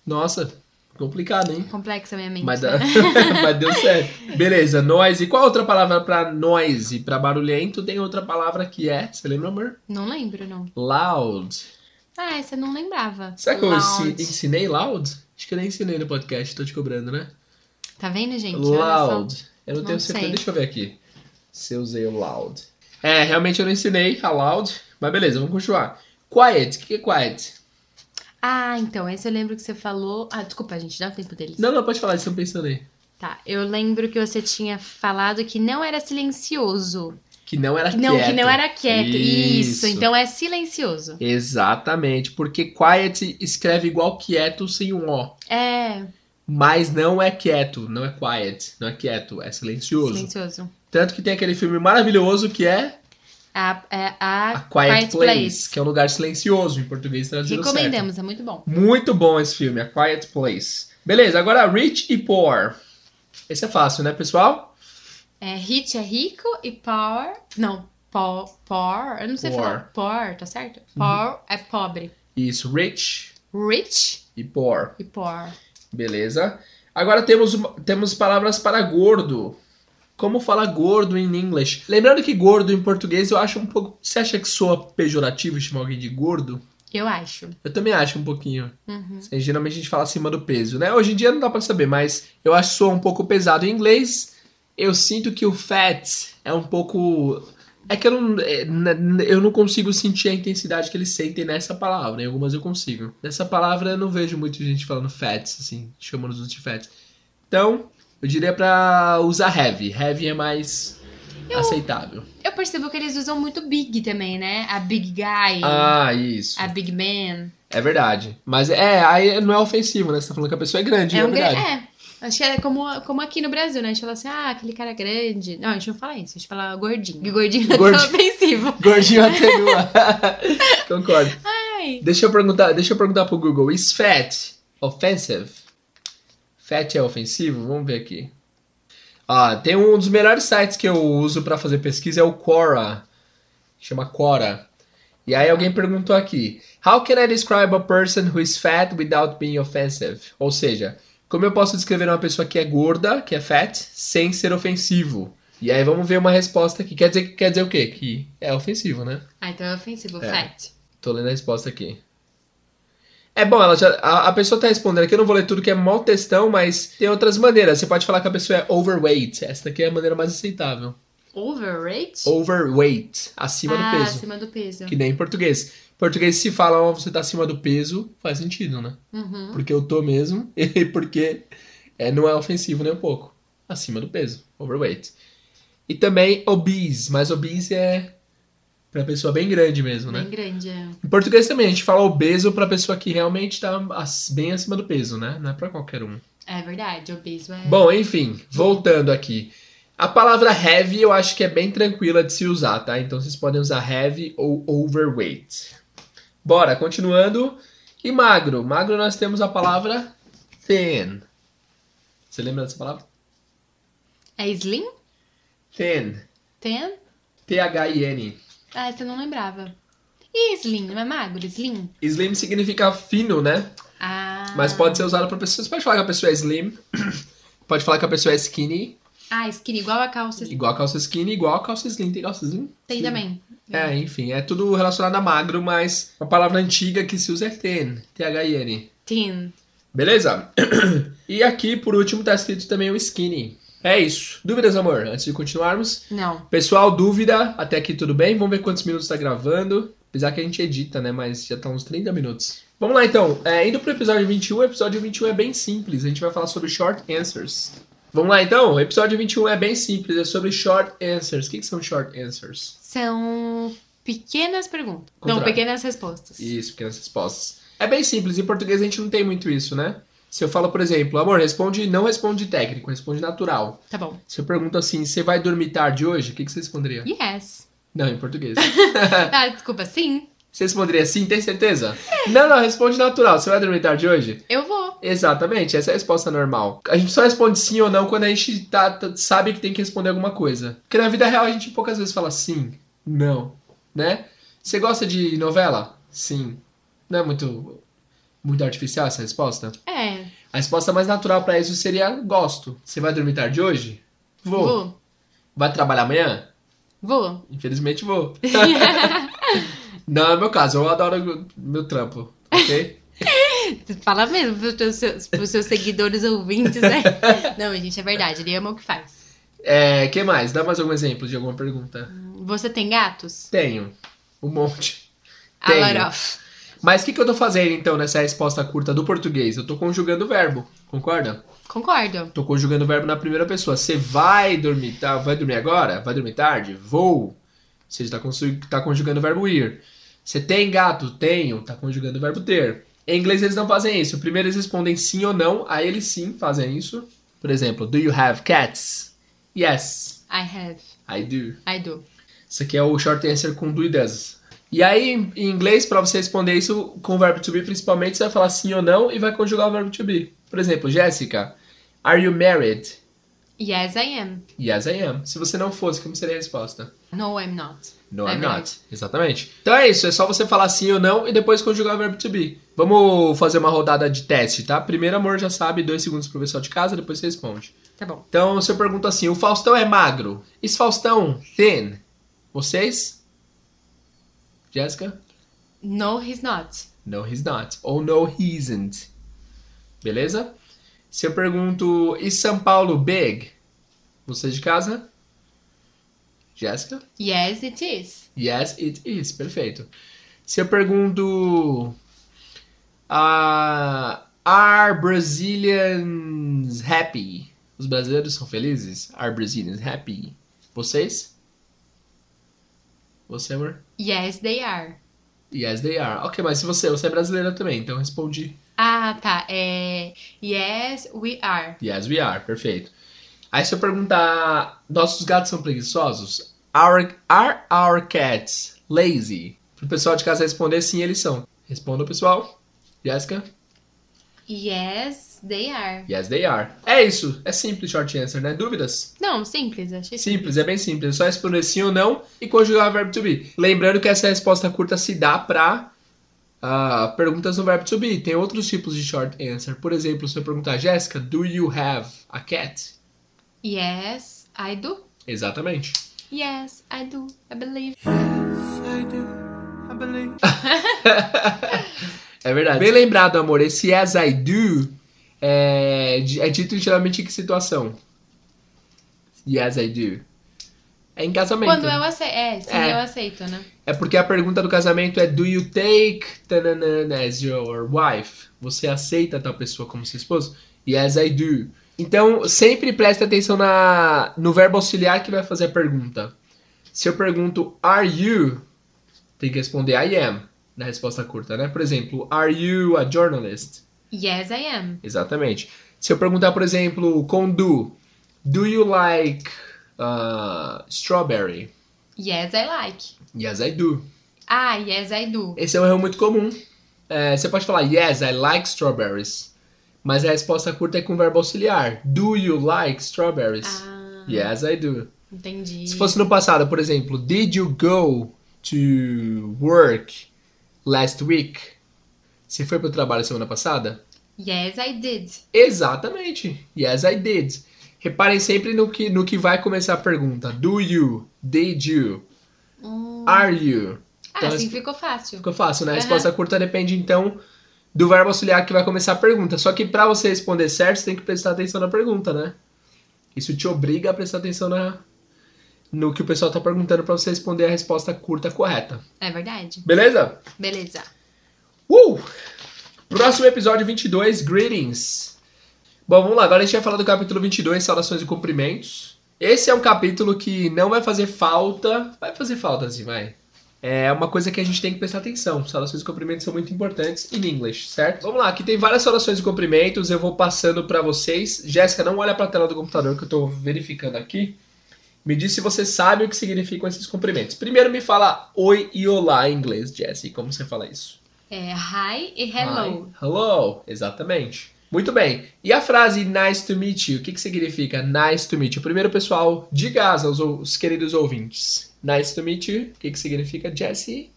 Speaker 1: Nossa, complicado, hein?
Speaker 2: complexa a minha mente. né?
Speaker 1: Mas, dá- mas deu certo. Beleza, noisy. Qual outra palavra pra noisy? Pra barulhento tem outra palavra que é, você lembra, amor?
Speaker 2: Não lembro, não.
Speaker 1: Loud.
Speaker 2: Ah, essa eu não lembrava.
Speaker 1: Será que eu ensi-
Speaker 2: Loud.
Speaker 1: ensinei loud? Acho que eu nem ensinei no podcast, tô te cobrando, né?
Speaker 2: Tá vendo, gente? Olha só.
Speaker 1: Loud. Eu não,
Speaker 2: Não
Speaker 1: tenho
Speaker 2: sei.
Speaker 1: certeza, deixa eu ver aqui. Se eu usei o loud. É, realmente eu não ensinei a loud, mas beleza, vamos continuar. Quiet, o que é quiet?
Speaker 2: Ah, então, essa eu lembro que você falou. Ah, desculpa, gente, dá o tempo deles.
Speaker 1: Não, não, pode falar, vocês estão pensando aí.
Speaker 2: Tá, eu lembro que você tinha falado que não era silencioso.
Speaker 1: Que não era
Speaker 2: Não,
Speaker 1: quieto.
Speaker 2: que não era quieto. Isso,
Speaker 1: Isso.
Speaker 2: então é silencioso.
Speaker 1: Exatamente, porque quiet escreve igual quieto sem um O.
Speaker 2: É,
Speaker 1: Mas não é quieto, não é quiet, não é quieto, é silencioso.
Speaker 2: silencioso.
Speaker 1: Tanto que tem aquele filme maravilhoso que é
Speaker 2: A, é a
Speaker 1: A Quiet,
Speaker 2: Quiet
Speaker 1: Place,
Speaker 2: Place.
Speaker 1: que é um lugar silencioso em português traduzido certo.
Speaker 2: recomendamos, é muito bom.
Speaker 1: Muito bom esse filme, A Quiet Place. Beleza, agora Rich e Poor. Esse é fácil, né, pessoal?
Speaker 2: É, rich é rico e poor. Não, po, poor. Eu não sei
Speaker 1: Poor.
Speaker 2: falar. Poor, tá certo?
Speaker 1: Uhum.
Speaker 2: Poor é pobre.
Speaker 1: Isso, Rich
Speaker 2: Rich
Speaker 1: e Poor.
Speaker 2: e poor.
Speaker 1: Beleza. Agora temos, uma- temos palavras para gordo. Como fala gordo em inglês? Lembrando que gordo em português eu acho um pouco. Você acha que soa pejorativo chamar alguém de gordo?
Speaker 2: Eu acho.
Speaker 1: Eu também acho um pouquinho.
Speaker 2: Uhum.
Speaker 1: É, Geralmente a gente fala acima do peso, né? Hoje em dia não dá pra saber, mas eu acho que soa um pouco pesado. Em inglês, eu sinto que o fat é um pouco. É que eu não, é, n- n- eu não consigo sentir a intensidade que eles sentem nessa palavra. Em algumas eu consigo. Nessa palavra eu não vejo muita gente falando fat, assim, chamando os outros de fat. Então, eu diria pra usar heavy. Heavy é mais
Speaker 2: Eu-
Speaker 1: aceitável.
Speaker 2: Eu percebo que eles usam muito big também, né? A big guy,
Speaker 1: Ah, isso.
Speaker 2: a big man.
Speaker 1: É verdade. Mas é, aí não é ofensivo, né? Você tá falando que a pessoa é grande,
Speaker 2: é
Speaker 1: é
Speaker 2: um grande.
Speaker 1: verdade.
Speaker 2: É. Acho que é como, como aqui no Brasil, né? A gente fala assim, ah, aquele cara grande. Não, a gente não fala isso, a gente fala gordinho. E gordinho, é
Speaker 1: Gordinho.
Speaker 2: tão ofensivo.
Speaker 1: Gordinho atenua. Concordo.
Speaker 2: Ai.
Speaker 1: Deixa eu perguntar, deixa eu perguntar pro Google. Is fat offensive? Fat é ofensivo? Vamos ver aqui. Ah, tem um dos melhores sites que eu uso pra fazer pesquisa é o Quora. Chama Quora. E aí alguém perguntou aqui: How can I describe a person who is fat without being offensive? Ou seja, Como eu posso descrever uma pessoa que é gorda, que é fat, sem ser ofensivo? E aí vamos ver uma resposta aqui. Quer dizer, quer dizer o quê? Que é ofensivo, né?
Speaker 2: Ah, então é ofensivo,
Speaker 1: É.
Speaker 2: fat.
Speaker 1: Tô lendo a resposta aqui. É bom, ela já- a, a pessoa tá respondendo aqui, eu não vou ler tudo que é mó textão, mas tem outras maneiras. Você pode falar que a pessoa é overweight. Essa daqui é a maneira mais aceitável.
Speaker 2: Overrate?
Speaker 1: Overweight, acima
Speaker 2: ah,
Speaker 1: do peso.
Speaker 2: acima do peso.
Speaker 1: Que nem em português. Em português se fala, ó, você tá acima do peso, faz sentido, né?
Speaker 2: Uhum.
Speaker 1: Porque eu tô mesmo e porque é, não é ofensivo nem um pouco. Acima do peso, overweight. E também obese, mas obese é pra pessoa bem grande mesmo, né?
Speaker 2: Bem grande, é.
Speaker 1: Em português também, a gente fala obeso pra pessoa que realmente tá as- bem acima do peso, né? Não é pra qualquer um.
Speaker 2: É verdade, obeso é...
Speaker 1: Bom, enfim, voltando aqui. A palavra heavy eu acho que é bem tranquila de se usar, tá? Então vocês podem usar heavy ou overweight. Bora, continuando. E magro. Magro nós temos a palavra thin. Você lembra dessa palavra?
Speaker 2: É slim?
Speaker 1: Thin.
Speaker 2: Ten?
Speaker 1: T-H-I-N.
Speaker 2: Ah, você não lembrava. E slim, não é magro? Slim?
Speaker 1: Slim significa fino, né?
Speaker 2: Ah...
Speaker 1: Mas pode ser usado pra pessoa. Você pode falar que a pessoa é slim. pode falar que a pessoa é skinny.
Speaker 2: Ah, skinny, igual a calça
Speaker 1: Igual a calça skinny, igual a calça slim. Tem calça slim?
Speaker 2: tem
Speaker 1: Sim.
Speaker 2: também.
Speaker 1: É, enfim, é tudo relacionado a magro, mas uma palavra antiga que se usa é ten, T-H-I-N.
Speaker 2: Thin.
Speaker 1: Beleza? e aqui, por último, tá escrito também o skinny. É isso. Dúvidas, amor? Antes de continuarmos.
Speaker 2: Não.
Speaker 1: Pessoal, dúvida? Até aqui tudo bem? Vamos ver quantos minutos tá gravando. Apesar que a gente edita, né? Mas já tá uns 30 minutos. Vamos lá, então. É, indo pro episódio 21, o episódio 21 é bem simples. A gente vai falar sobre short answers. Vamos lá, então. O episódio 21 é bem simples. É sobre short answers. O que, que são short answers?
Speaker 2: São pequenas perguntas.
Speaker 1: Contrário.
Speaker 2: Não, pequenas respostas.
Speaker 1: Isso, pequenas respostas. É bem simples, em português a gente não tem muito isso, né? Se eu falo, por exemplo, amor, responde, não responde técnico, responde natural.
Speaker 2: Tá bom.
Speaker 1: Se eu pergunto assim, você vai dormir tarde hoje? O que, que você responderia?
Speaker 2: Yes.
Speaker 1: Não, em português. É.
Speaker 2: Ah, desculpa, sim.
Speaker 1: você responderia sim, tem certeza? Não, não, responde natural. Você vai dormir tarde hoje?
Speaker 2: Eu vou.
Speaker 1: Exatamente, essa é a resposta normal. A gente só responde sim ou não quando a gente tá- tá- sabe que tem que responder alguma coisa. Porque na vida real a gente poucas vezes fala sim, não, né? Você gosta de novela? Sim. Não é muito, muito artificial essa resposta?
Speaker 2: É.
Speaker 1: A resposta mais natural pra isso seria gosto. Você vai dormir tarde hoje? Vou.
Speaker 2: Vou.
Speaker 1: Vai trabalhar amanhã?
Speaker 2: Vou.
Speaker 1: Infelizmente vou. não é o meu caso, eu adoro meu trampo, ok?
Speaker 2: Fala mesmo pros teus, seus- pros seus seguidores ouvintes, né? Não, gente, é verdade. Ele ama o que faz.
Speaker 1: É, que mais? Dá mais algum exemplo de alguma pergunta?
Speaker 2: Você tem gatos?
Speaker 1: Tenho. Um monte.
Speaker 2: A
Speaker 1: Tenho.
Speaker 2: lot of.
Speaker 1: Mas o que, que eu tô fazendo então nessa resposta curta do português? Eu tô conjugando o verbo, concorda?
Speaker 2: Concordo.
Speaker 1: Tô conjugando o verbo na primeira pessoa. Você vai dormir, tá? Vai dormir agora? Vai dormir tarde? Vou. Ou seja, tá, consu- tá conjugando o verbo ir. Você tem gato? Tenho. Tá conjugando o verbo ter. Em inglês eles não fazem isso. Primeiro eles respondem sim ou não, aí eles sim fazem isso. Por exemplo, do you have cats? Yes,
Speaker 2: I have.
Speaker 1: I do.
Speaker 2: I do.
Speaker 1: Isso aqui é o short answer com do e does. E aí, em em inglês, para você responder isso com o verbo to be, principalmente, você vai falar sim ou não e vai conjugar o verbo to be. Por exemplo, Jéssica, are you married?
Speaker 2: Yes, I am.
Speaker 1: Yes, I am. Se você não fosse, como seria a resposta?
Speaker 2: No, I'm not.
Speaker 1: No,
Speaker 2: É
Speaker 1: I'm
Speaker 2: verdade.
Speaker 1: not. Exatamente. Então é isso, é só você falar sim ou não e depois conjugar o verbo to be. Vamos fazer uma rodada de teste, tá? Primeiro, amor, já sabe, dois segundos pro pessoal de casa, depois você responde.
Speaker 2: Tá bom.
Speaker 1: Então, se eu pergunto assim, o Faustão é magro? Is Faustão thin? Vocês? Jéssica?
Speaker 2: No, he's not.
Speaker 1: No, he's not. Ou no, he isn't. Beleza? Se eu pergunto, is São Paulo big? Vocês de casa? Jéssica?
Speaker 2: Yes, it is.
Speaker 1: Yes, it is. Perfeito. Se eu pergunto. ah, are Brazilians happy? Os brasileiros são felizes? Are Brazilians happy? Vocês? Você, amor?
Speaker 2: Yes, they are.
Speaker 1: Yes, they are. Ok, mas se você, você é brasileira também, então respondi.
Speaker 2: Ah, tá. É... Yes, we are.
Speaker 1: Yes, we are. Perfeito. Aí se eu perguntar, nossos gatos são preguiçosos? Our, are our cats lazy? Pro pessoal de casa responder, sim, eles são. Responda, pessoal. Jéssica?
Speaker 2: Yes, they are.
Speaker 1: Yes, they are. É isso. É simples, short answer, né? Dúvidas?
Speaker 2: Não, simples, achei
Speaker 1: Simples, é bem simples. É só responder sim ou não e conjugar o verbo to be. Lembrando que essa resposta curta se dá pra ah, perguntas no verbo to be. Tem outros tipos de short answer. Por exemplo, se eu perguntar, Jéssica, do you have a cat?
Speaker 2: Yes, I do.
Speaker 1: Exatamente.
Speaker 2: Yes, I do. I believe.
Speaker 1: É verdade. Bem lembrado, amor. Esse yes, I do é, di- é dito geralmente em que situação? Yes, I do. É em casamento.
Speaker 2: Quando eu aceito. É, se
Speaker 1: É.
Speaker 2: eu aceito, né?
Speaker 1: É porque a pergunta do casamento é Do you take tananana as your wife? Você aceita tal pessoa como seu esposo? Yes, I do. Então, sempre preste atenção na, no verbo auxiliar que vai fazer a pergunta. Se eu pergunto Are you? Tem que responder I am. Na resposta curta, né? Por exemplo, Are you a journalist?
Speaker 2: Yes, I am.
Speaker 1: Exatamente. Se eu perguntar, por exemplo, com do Do you like uh, strawberry?
Speaker 2: Yes, I like.
Speaker 1: Yes, I do.
Speaker 2: Ah, yes, I do.
Speaker 1: Esse é um erro muito comum. É, você pode falar, yes, I like strawberries. Mas a resposta curta é com o verbo auxiliar. Do you like strawberries?
Speaker 2: Ah,
Speaker 1: Yes, I do.
Speaker 2: entendi.
Speaker 1: Se fosse no passado, por exemplo, did you go to work last week? Você foi pro trabalho semana passada?
Speaker 2: Yes, I did.
Speaker 1: Exatamente. Yes, I did. Reparem sempre no que, no que vai começar a pergunta. Do you? Did you?
Speaker 2: Hum.
Speaker 1: Are you?
Speaker 2: Ah,
Speaker 1: então
Speaker 2: assim
Speaker 1: as-
Speaker 2: ficou fácil.
Speaker 1: que eu faço, né? A
Speaker 2: Aham.
Speaker 1: resposta curta depende, então, do verbo auxiliar que vai começar a pergunta. Só que pra você responder certo, você tem que prestar atenção na pergunta, né? Isso te obriga a prestar atenção na no que o pessoal tá perguntando pra você responder a resposta curta correta.
Speaker 2: É verdade.
Speaker 1: Beleza?
Speaker 2: Beleza.
Speaker 1: Uh! Próximo episódio 22, Greetings. Bom, vamos lá. Agora a gente vai falar do capítulo 22, Saudações e Cumprimentos. Esse é um capítulo que não vai fazer falta. Vai fazer falta, assim, vai. É uma coisa que a gente tem que prestar atenção. Saudações e cumprimentos são muito importantes em inglês, certo? Vamos lá, aqui tem várias saudações e cumprimentos. Eu vou passando pra vocês. Jéssica, não olha pra tela do computador que eu tô verificando aqui. Me diz se você sabe o que significam esses cumprimentos. Primeiro me fala oi e olá em inglês, Jéssica. Como você fala isso?
Speaker 2: É hi e hello.
Speaker 1: Hi. Hello, exatamente. Muito bem. E a frase nice to meet you, o que, que significa nice to meet you? Primeiro, pessoal, diga aos, aos, aos queridos ouvintes. Nice to meet you, o que, que significa, Jesse?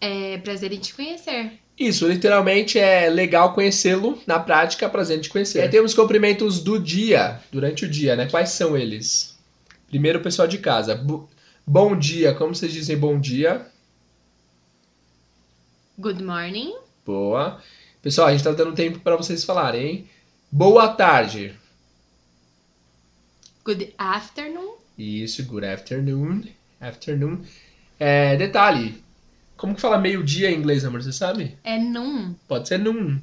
Speaker 2: É prazer em te conhecer.
Speaker 1: Isso, literalmente é legal conhecê-lo, na prática, prazer em te conhecer. E aí temos cumprimentos do dia, durante o dia, né? Quais são eles? Primeiro, pessoal de casa. Bu- bom dia, como vocês dizem bom dia?
Speaker 2: Good morning.
Speaker 1: Boa. Pessoal, a gente tá dando tempo para vocês falarem, hein? Boa tarde.
Speaker 2: Good afternoon.
Speaker 1: Isso, good afternoon. Afternoon. É, detalhe, como que fala meio-dia em inglês, amor? Você sabe?
Speaker 2: É noon.
Speaker 1: Pode ser noon.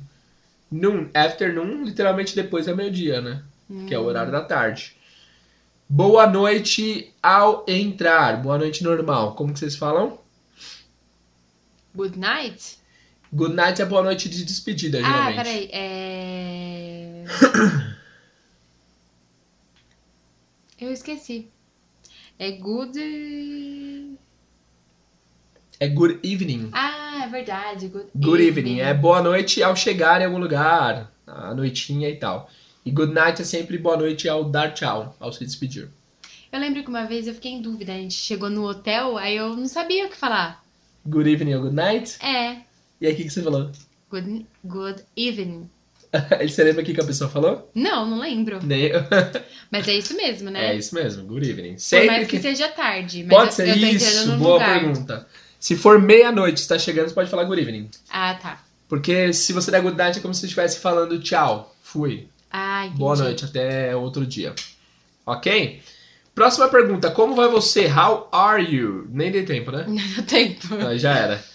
Speaker 1: Noon, afternoon, literalmente depois é meio-dia, né? Que é o horário da tarde. Boa noite ao entrar. Boa noite normal. Como que vocês falam?
Speaker 2: Good night.
Speaker 1: Good night é boa noite de despedida,
Speaker 2: Ah,
Speaker 1: geralmente.
Speaker 2: peraí. É... Eu esqueci. É good.
Speaker 1: É good evening.
Speaker 2: Ah, é verdade. Good,
Speaker 1: Good evening é boa noite ao chegar em algum lugar, à noitinha e tal. E good night é sempre boa noite ao dar tchau, ao se despedir.
Speaker 2: Eu lembro que uma vez eu fiquei em dúvida. A gente chegou no hotel, aí eu não sabia o que falar.
Speaker 1: Good evening ou good night?
Speaker 2: É.
Speaker 1: E aí, o que, que você falou?
Speaker 2: Good, good evening.
Speaker 1: Você lembra o que, que a pessoa falou?
Speaker 2: Não, não lembro.
Speaker 1: Nem eu.
Speaker 2: Mas é isso mesmo, né?
Speaker 1: É isso mesmo, good evening.
Speaker 2: Por
Speaker 1: Sempre
Speaker 2: mais que,
Speaker 1: que-
Speaker 2: seja tarde. Mas
Speaker 1: Pode
Speaker 2: eu,
Speaker 1: ser
Speaker 2: eu tô entrando
Speaker 1: isso,
Speaker 2: num
Speaker 1: boa
Speaker 2: lugar.
Speaker 1: pergunta. Se for meia-noite e está chegando, você pode falar good evening.
Speaker 2: Ah, tá.
Speaker 1: Porque se você der good night, é como se você estivesse falando tchau, fui.
Speaker 2: Ah, entendi.
Speaker 1: Boa noite, até outro dia. Ok? Próxima pergunta, como vai você? How are you? Nem dei tempo, né?
Speaker 2: Não deu tempo.
Speaker 1: Ah, já era.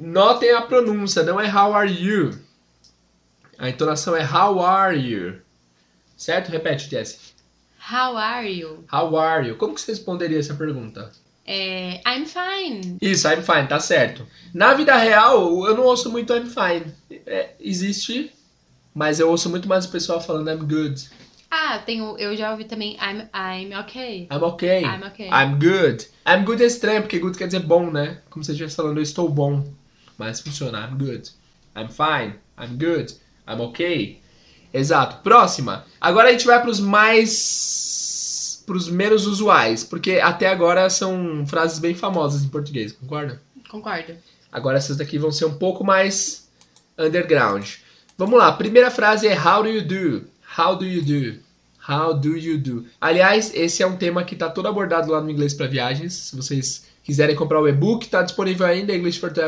Speaker 1: Notem a pronúncia, não é how are you. A entonação é how are you. Certo? Repete, Jesse.
Speaker 2: How are you?
Speaker 1: How are you? Como que você responderia essa pergunta?
Speaker 2: É, I'm fine.
Speaker 1: Isso, I'm fine, tá certo. Na vida real, eu não ouço muito I'm fine. É, existe, mas eu ouço muito mais o pessoal falando I'm good.
Speaker 2: Ah, tem o- eu já ouvi também I'm, I'm okay.
Speaker 1: I'm okay.
Speaker 2: I'm okay.
Speaker 1: I'm good. I'm good é estranho, porque good quer dizer bom, né? Como se eu estivesse falando, eu estou bom. Mas funciona, I'm good. I'm fine. I'm good. I'm okay. Exato. Próxima. Agora a gente vai pros mais. pros menos usuais. Porque até agora são frases bem famosas em português, concorda?
Speaker 2: Concordo.
Speaker 1: Agora essas daqui vão ser um pouco mais underground. Vamos lá, a primeira frase é How do you do? How do you do? How do you do? Aliás, esse é um tema que está todo abordado lá no Inglês para Viagens. Se vocês quiserem comprar o e-book, está disponível ainda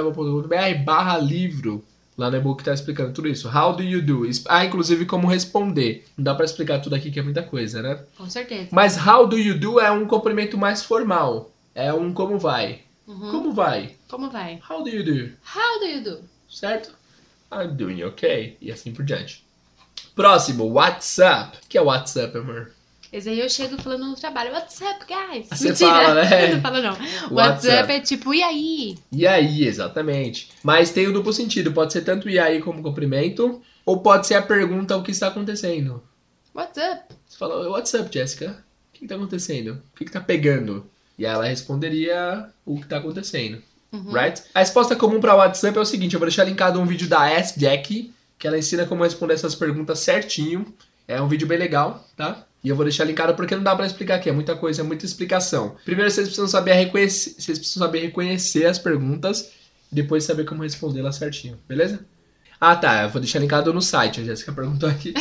Speaker 1: englishfortravel.com.br barra livro. Lá no e-book está explicando tudo isso. How do you do? Ah, inclusive como responder. Não dá para explicar tudo aqui que é muita coisa, né?
Speaker 2: Com certeza.
Speaker 1: Mas how do you do é um cumprimento mais formal. É um como vai.
Speaker 2: Uhum.
Speaker 1: Como vai?
Speaker 2: Como vai?
Speaker 1: How do you do?
Speaker 2: How do you do?
Speaker 1: Certo? I'm doing okay. E assim por diante. Próximo, WhatsApp. O que é WhatsApp, amor?
Speaker 2: Esse aí eu chego falando no trabalho, what's up, guys?
Speaker 1: Você fala, né?
Speaker 2: não falo, não. What's,
Speaker 1: What's
Speaker 2: up é tipo, e aí?
Speaker 1: E aí, exatamente. Mas tem o duplo sentido. Pode ser tanto e aí como cumprimento. Ou pode ser a pergunta o que está acontecendo.
Speaker 2: What's up?
Speaker 1: Você fala, what's up, Jessica? O que está acontecendo? O que está pegando? E ela responderia o que está acontecendo.
Speaker 2: Uhum.
Speaker 1: Right? A resposta comum para WhatsApp é o seguinte: eu vou deixar linkado um vídeo da Ask Jack, que ela ensina como responder essas perguntas certinho. É um vídeo bem legal, tá? E eu vou deixar linkado porque não dá pra explicar aqui, é muita coisa, é muita explicação. Primeiro vocês precisam saber reconhecer, vocês precisam saber reconhecer as perguntas, depois saber como respondê-las certinho, beleza? Ah, tá, eu vou deixar linkado no site, a Jéssica perguntou aqui.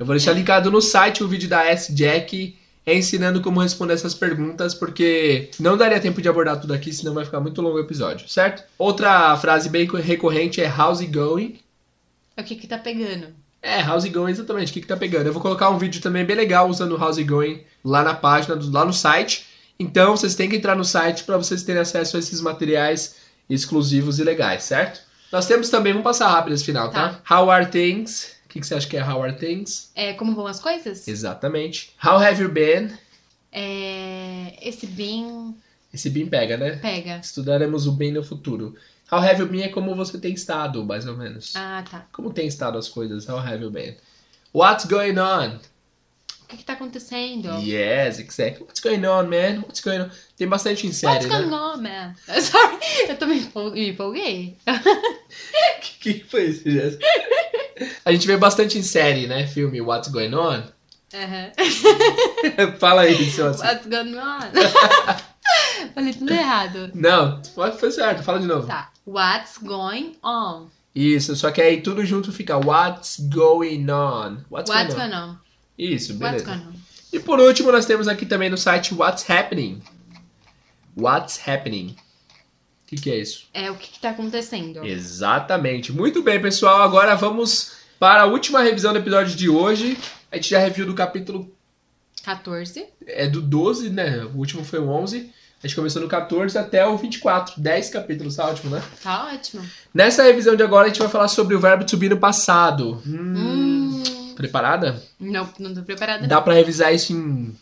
Speaker 1: Eu vou deixar linkado no site o vídeo da S Jack ensinando como responder essas perguntas, porque não daria tempo de abordar tudo aqui, senão vai ficar muito longo o episódio, certo? Outra frase bem recorrente é how's it going?
Speaker 2: O que que tá pegando?
Speaker 1: É, how's it going exatamente, o que, que tá pegando? Eu vou colocar um vídeo também bem legal usando how's it going lá na página, do- lá no site. Então vocês têm que entrar no site para vocês terem acesso a esses materiais exclusivos e legais, certo? Nós temos também, vamos passar rápido esse final, tá? How are things? O que, que você acha que é how are things?
Speaker 2: É, como vão as coisas?
Speaker 1: Exatamente. How have you been?
Speaker 2: É, esse bem
Speaker 1: Esse bem pega, né?
Speaker 2: pega.
Speaker 1: Estudaremos o bem no futuro. How have you been é como você tem estado, mais ou menos.
Speaker 2: Ah, tá.
Speaker 1: Como tem estado as coisas? How have you been? What's going on?
Speaker 2: O que que tá acontecendo?
Speaker 1: Yes, exactly. What's going on, man? What's going on? Tem bastante em série,
Speaker 2: What's
Speaker 1: né?
Speaker 2: going on, man? Sorry, eu tô me empol- me empolguei.
Speaker 1: O que, que foi isso, Jéssica? A gente vê bastante em série, né? Filme What's Going On.
Speaker 2: Aham.
Speaker 1: Fala aí, seu assunto.
Speaker 2: What's going on? Falei tudo errado.
Speaker 1: Não, foi certo. Fala de novo.
Speaker 2: Tá. What's going on?
Speaker 1: Isso, só que aí tudo junto fica What's going on?
Speaker 2: What's going on?
Speaker 1: Isso,
Speaker 2: What's
Speaker 1: beleza.
Speaker 2: going on?
Speaker 1: E por último, nós temos aqui também no site What's Happening. What's Happening. O que, que é isso?
Speaker 2: É o que que tá acontecendo.
Speaker 1: Exatamente. Muito bem, pessoal. Agora vamos para a última revisão do episódio de hoje. A gente já reviu do capítulo...
Speaker 2: 14.
Speaker 1: É do 12, né? O último foi o 11. A gente começou no 14 até o 24. 10 capítulos, tá ótimo, né?
Speaker 2: Tá ótimo.
Speaker 1: Nessa revisão de agora, a gente vai falar sobre o verbo to be no passado. Hum.
Speaker 2: Hum,
Speaker 1: Preparada?
Speaker 2: não, não tô preparada.
Speaker 1: Dá pra revisar isso em...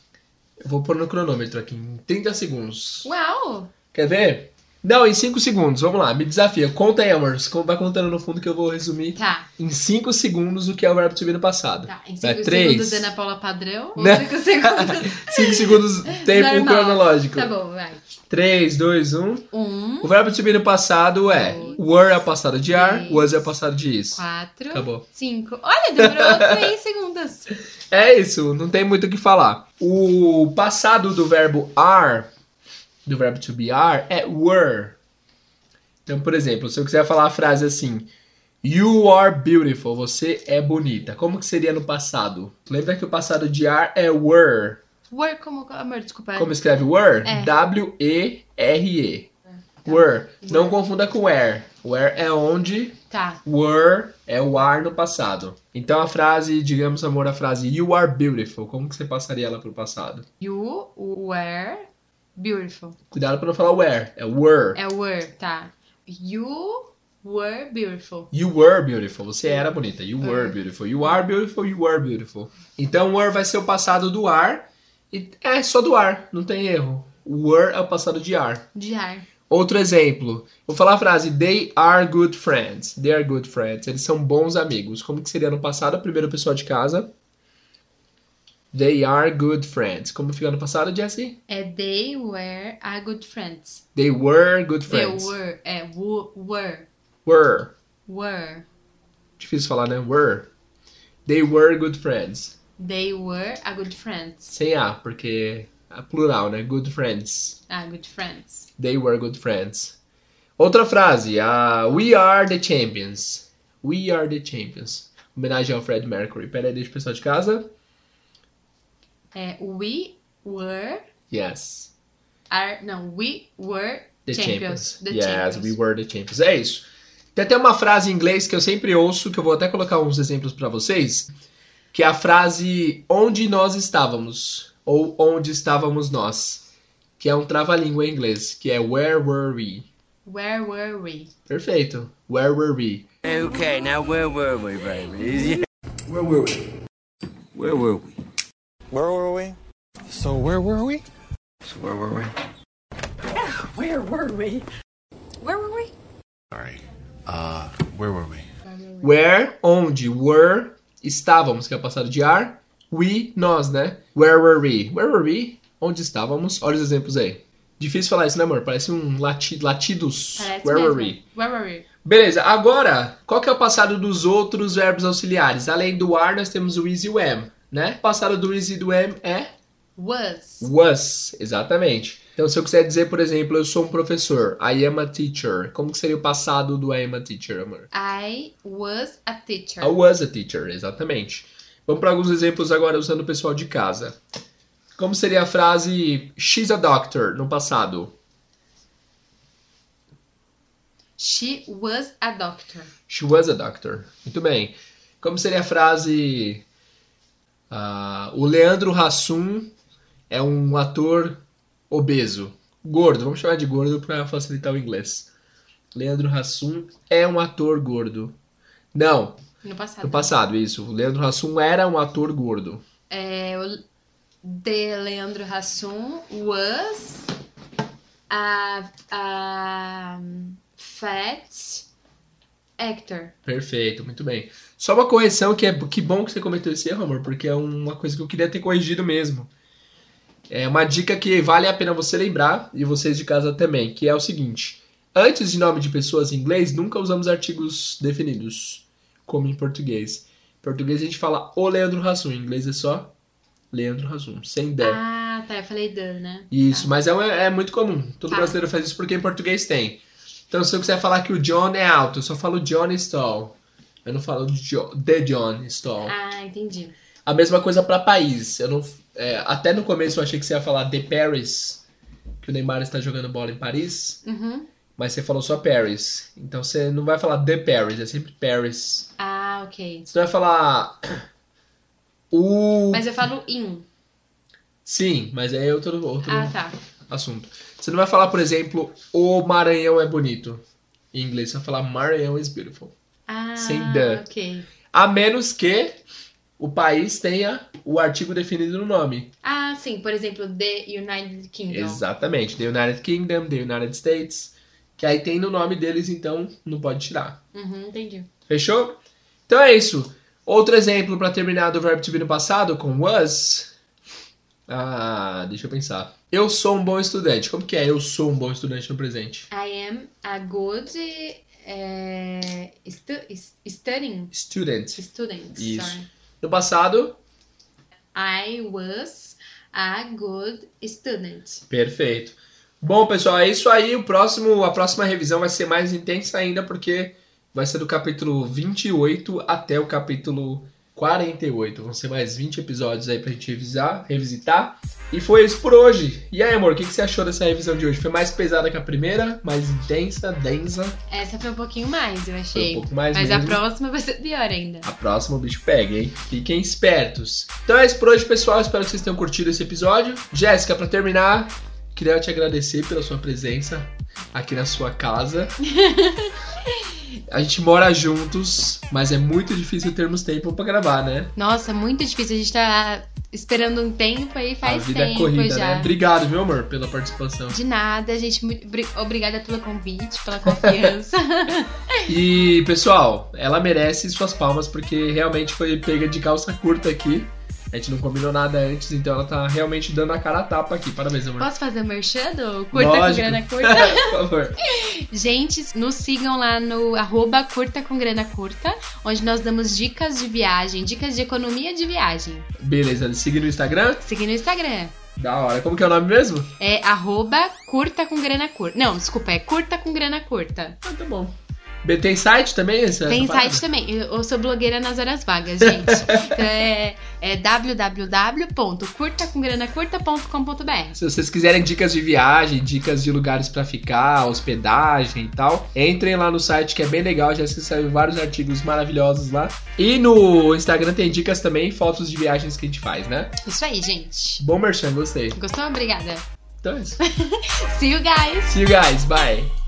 Speaker 1: Eu vou pôr no cronômetro aqui, em 30 segundos.
Speaker 2: não. Uau!
Speaker 1: Quer ver? Não, em 5 segundos. Vamos lá, me desafia. Conta aí, amor. Você Vai contando no fundo que eu vou resumir
Speaker 2: Tá,
Speaker 1: em 5 segundos o que é o verbo to be no passado.
Speaker 2: tá. Em 5
Speaker 1: Vai, É três.
Speaker 2: segundos, Ana Paula Padrão. Ou
Speaker 1: Não.
Speaker 2: 5 segundos.
Speaker 1: 5 segundos, tempo
Speaker 2: Normal.
Speaker 1: cronológico.
Speaker 2: Tá bom, vai.
Speaker 1: 3, 2, 1.
Speaker 2: Um,
Speaker 1: O verbo to be no passado é
Speaker 2: Dois.
Speaker 1: were é o passado de are,
Speaker 2: Três.
Speaker 1: was é o passado de is.
Speaker 2: quatro,
Speaker 1: Acabou.
Speaker 2: cinco. Olha, demorou três segundos.
Speaker 1: É isso, não tem muito o que falar. O passado do verbo are, do verbo to be are, é were. Então, por exemplo, se eu quiser falar a frase assim, You are beautiful, você é bonita. Como que seria no passado? Lembra que o passado de are é were.
Speaker 2: Were como... Amor, desculpa.
Speaker 1: Como escreve were?
Speaker 2: É.
Speaker 1: W-E-R-E. Were. Não confunda com where. Where é onde,
Speaker 2: Tá.
Speaker 1: were é o are no passado. Então a frase, digamos, amor, a frase You are beautiful, como que você passaria ela pro passado?
Speaker 2: You were beautiful.
Speaker 1: Cuidado pra não falar where, é were.
Speaker 2: É were, tá. You were beautiful.
Speaker 1: You were beautiful, você era bonita. You were
Speaker 2: Were.
Speaker 1: beautiful, you are beautiful, you were beautiful. Então were vai ser o passado do ar e é só do ar, não tem erro. Were é o passado de ar.
Speaker 2: De ar.
Speaker 1: Outro exemplo, vou falar a frase They are good friends. They are good friends. Eles são bons amigos. Como que seria no passado? Primeiro pessoal de casa. They are good friends. Como fica no passado, Jesse?
Speaker 2: É they were a good friends.
Speaker 1: They were good
Speaker 2: They
Speaker 1: friends.
Speaker 2: were. É wo- were.
Speaker 1: Were.
Speaker 2: Were.
Speaker 1: Difícil falar, né? Were. They were good friends.
Speaker 2: They were a good friends.
Speaker 1: Sem A, porque é plural, né? Good friends.
Speaker 2: Ah, good friends.
Speaker 1: They were good friends. Outra frase, a We Are the Champions. We Are the Champions. Homenagem ao Fred Mercury. Pera aí, deixa o pessoal de casa.
Speaker 2: É we were
Speaker 1: Yes.
Speaker 2: are não, we were
Speaker 1: The
Speaker 2: champions.
Speaker 1: Champions.
Speaker 2: The
Speaker 1: yes,
Speaker 2: champions.
Speaker 1: we were the champions. É isso. Tem até uma frase em inglês que eu sempre ouço, que eu vou até colocar uns exemplos pra vocês, que é a frase onde nós estávamos ou onde estávamos nós, que é um trava-língua em inglês, que é where were we.
Speaker 2: Where were we?
Speaker 1: Perfeito. Where were we?
Speaker 4: Okay, now where were we, baby?
Speaker 5: Where were we?
Speaker 4: Where were we?
Speaker 5: Where were we? So where were we?
Speaker 4: So where were we?
Speaker 3: Where were we? Where were we?
Speaker 5: Sorry. Uh, where were we?
Speaker 1: Where, onde, were, estávamos, que é o passado de are. We, nós, né? Where were we? Where were we? Onde estávamos? Olha os exemplos aí. Difícil falar isso, né, amor? Parece um lati latidos.
Speaker 2: Parece
Speaker 1: Where
Speaker 2: mesmo.
Speaker 1: were we?
Speaker 2: Where were we?
Speaker 1: Beleza, agora, qual que é o passado dos outros verbos auxiliares? Além do are, nós temos o is e o am, né? O passado do is e do am é
Speaker 2: Was.
Speaker 1: was, exatamente. Então, se eu quiser dizer, por exemplo, eu sou um professor, I am a teacher. Como que seria o passado do I am a teacher, amor?
Speaker 2: I was a teacher.
Speaker 1: I was a teacher, exatamente. Vamos para alguns exemplos agora usando o pessoal de casa. Como seria a frase She's a doctor no passado?
Speaker 2: She was a doctor.
Speaker 1: She was a doctor. Muito bem. Como seria a frase ah, O Leandro Hassum é um ator obeso. Gordo, vamos chamar de gordo para facilitar o inglês. Leandro Hassum é um ator gordo. Não,
Speaker 2: No passado.
Speaker 1: no passado, isso. O Leandro Hassum era um ator gordo.
Speaker 2: É, o de Leandro Hassum was a, a um, fat actor.
Speaker 1: Perfeito, muito bem. Só uma correção que é que bom que você cometeu esse erro, amor, porque é uma coisa que eu queria ter corrigido mesmo. É uma dica que vale a pena você lembrar e vocês de casa também, que é o seguinte: antes de nome de pessoas em inglês, nunca usamos artigos definidos, como em português. Em português a gente fala o Leandro Hassum, em inglês é só Leandro Hassum, sem der.
Speaker 2: Ah, tá. Eu falei Dan, né?
Speaker 1: Isso, mas é, um- é muito comum. Todo
Speaker 2: Tá.
Speaker 1: brasileiro faz isso porque em português tem. Então, se eu quiser falar que o John é alto, eu só falo John Stall. Eu não falo Jo- The John Stall.
Speaker 2: Ah, entendi.
Speaker 1: A mesma coisa pra país. Eu não, é, até no começo eu achei que você ia falar The Paris, que o Neymar está jogando bola em Paris,
Speaker 2: Uhum.
Speaker 1: mas você falou só Paris. Então você não vai falar The Paris, é sempre Paris.
Speaker 2: Ah, ok.
Speaker 1: Você não vai falar. O.
Speaker 2: Mas eu falo in.
Speaker 1: Sim, mas é outro, outro
Speaker 2: Ah, tá.
Speaker 1: assunto. Você não vai falar, por exemplo, o Maranhão é bonito. Em inglês, você vai falar Maranhão is beautiful.
Speaker 2: Ah,
Speaker 1: Sem dan.
Speaker 2: ok.
Speaker 1: A menos que o país tenha o artigo definido no nome.
Speaker 2: Ah, sim. Por exemplo, The United Kingdom.
Speaker 1: Exatamente. The United Kingdom, The United States. Que aí tem no nome deles, então não pode tirar.
Speaker 2: Uhum, entendi.
Speaker 1: Fechou? Então é isso. Outro exemplo para terminar do verbo to be no passado com was. Ah, deixa eu pensar. Eu sou um bom estudante. Como que é eu sou um bom estudante no presente?
Speaker 2: I am a good eh, stu- studying
Speaker 1: Student.
Speaker 2: student.
Speaker 1: Isso.
Speaker 2: Sorry.
Speaker 1: No passado,
Speaker 2: I was a good student.
Speaker 1: Perfeito. Bom, pessoal, é isso aí. O próximo, a próxima revisão vai ser mais intensa ainda, porque vai ser do capítulo 28 até o capítulo 48. Vão ser mais 20 episódios aí pra gente revisar, revisitar. E foi isso por hoje. E aí, amor, o que, que você achou dessa revisão de hoje? Foi mais pesada que a primeira? Mais intensa, densa?
Speaker 2: Essa foi um pouquinho mais, eu
Speaker 1: Foi um
Speaker 2: achei.
Speaker 1: pouco mais
Speaker 2: Mas a
Speaker 1: mesmo?
Speaker 2: próxima vai ser pior ainda.
Speaker 1: A próxima o bicho pega, hein? Fiquem espertos. Então é isso por hoje, pessoal. Espero que vocês tenham curtido esse episódio. Jéssica, pra terminar, queria te agradecer pela sua presença aqui na sua casa. A gente mora juntos, mas é muito difícil termos tempo pra gravar, né?
Speaker 2: Nossa, muito difícil. A gente tá esperando um tempo aí faz
Speaker 1: A vida
Speaker 2: tempo
Speaker 1: é corrida,
Speaker 2: já.
Speaker 1: né? Obrigado, meu amor, pela participação.
Speaker 2: De nada, gente. Muito obri- obrigada pelo convite, pela confiança.
Speaker 1: E, pessoal, ela merece suas palmas porque realmente foi pega de calça curta aqui. A gente não combinou nada antes, então ela tá realmente dando a cara a tapa aqui. Parabéns, amor.
Speaker 2: Posso fazer o merchan do Curta com
Speaker 1: Lógico.
Speaker 2: Grana Curta?
Speaker 1: Por favor.
Speaker 2: Gente, nos sigam lá no arroba Curta com Grana Curta, onde nós damos dicas de viagem, dicas de economia de viagem.
Speaker 1: Beleza, siga no Instagram,
Speaker 2: Seguir no Instagram.
Speaker 1: Da hora. Como que é o nome mesmo?
Speaker 2: É arroba curta com grana curta. Não, desculpa, é curta com grana curta.
Speaker 1: Ah, tá bom. Be- Tem site também? Essa,
Speaker 2: Tem
Speaker 1: essa parada?
Speaker 2: site também. Eu eu sou blogueira nas horas vagas, gente. Então é é www.curtacomgranacurta.com.br.
Speaker 1: Se vocês quiserem dicas de viagem, dicas de lugares pra ficar, hospedagem e tal, entrem lá no site que é bem legal. Já saiu vários artigos maravilhosos lá. E no Instagram tem dicas também, fotos de viagens que a gente faz, né?
Speaker 2: Isso aí, gente.
Speaker 1: Bom merchan, gostei.
Speaker 2: Gostou? Obrigada.
Speaker 1: Então é isso.
Speaker 2: See you guys!
Speaker 1: See you guys, bye.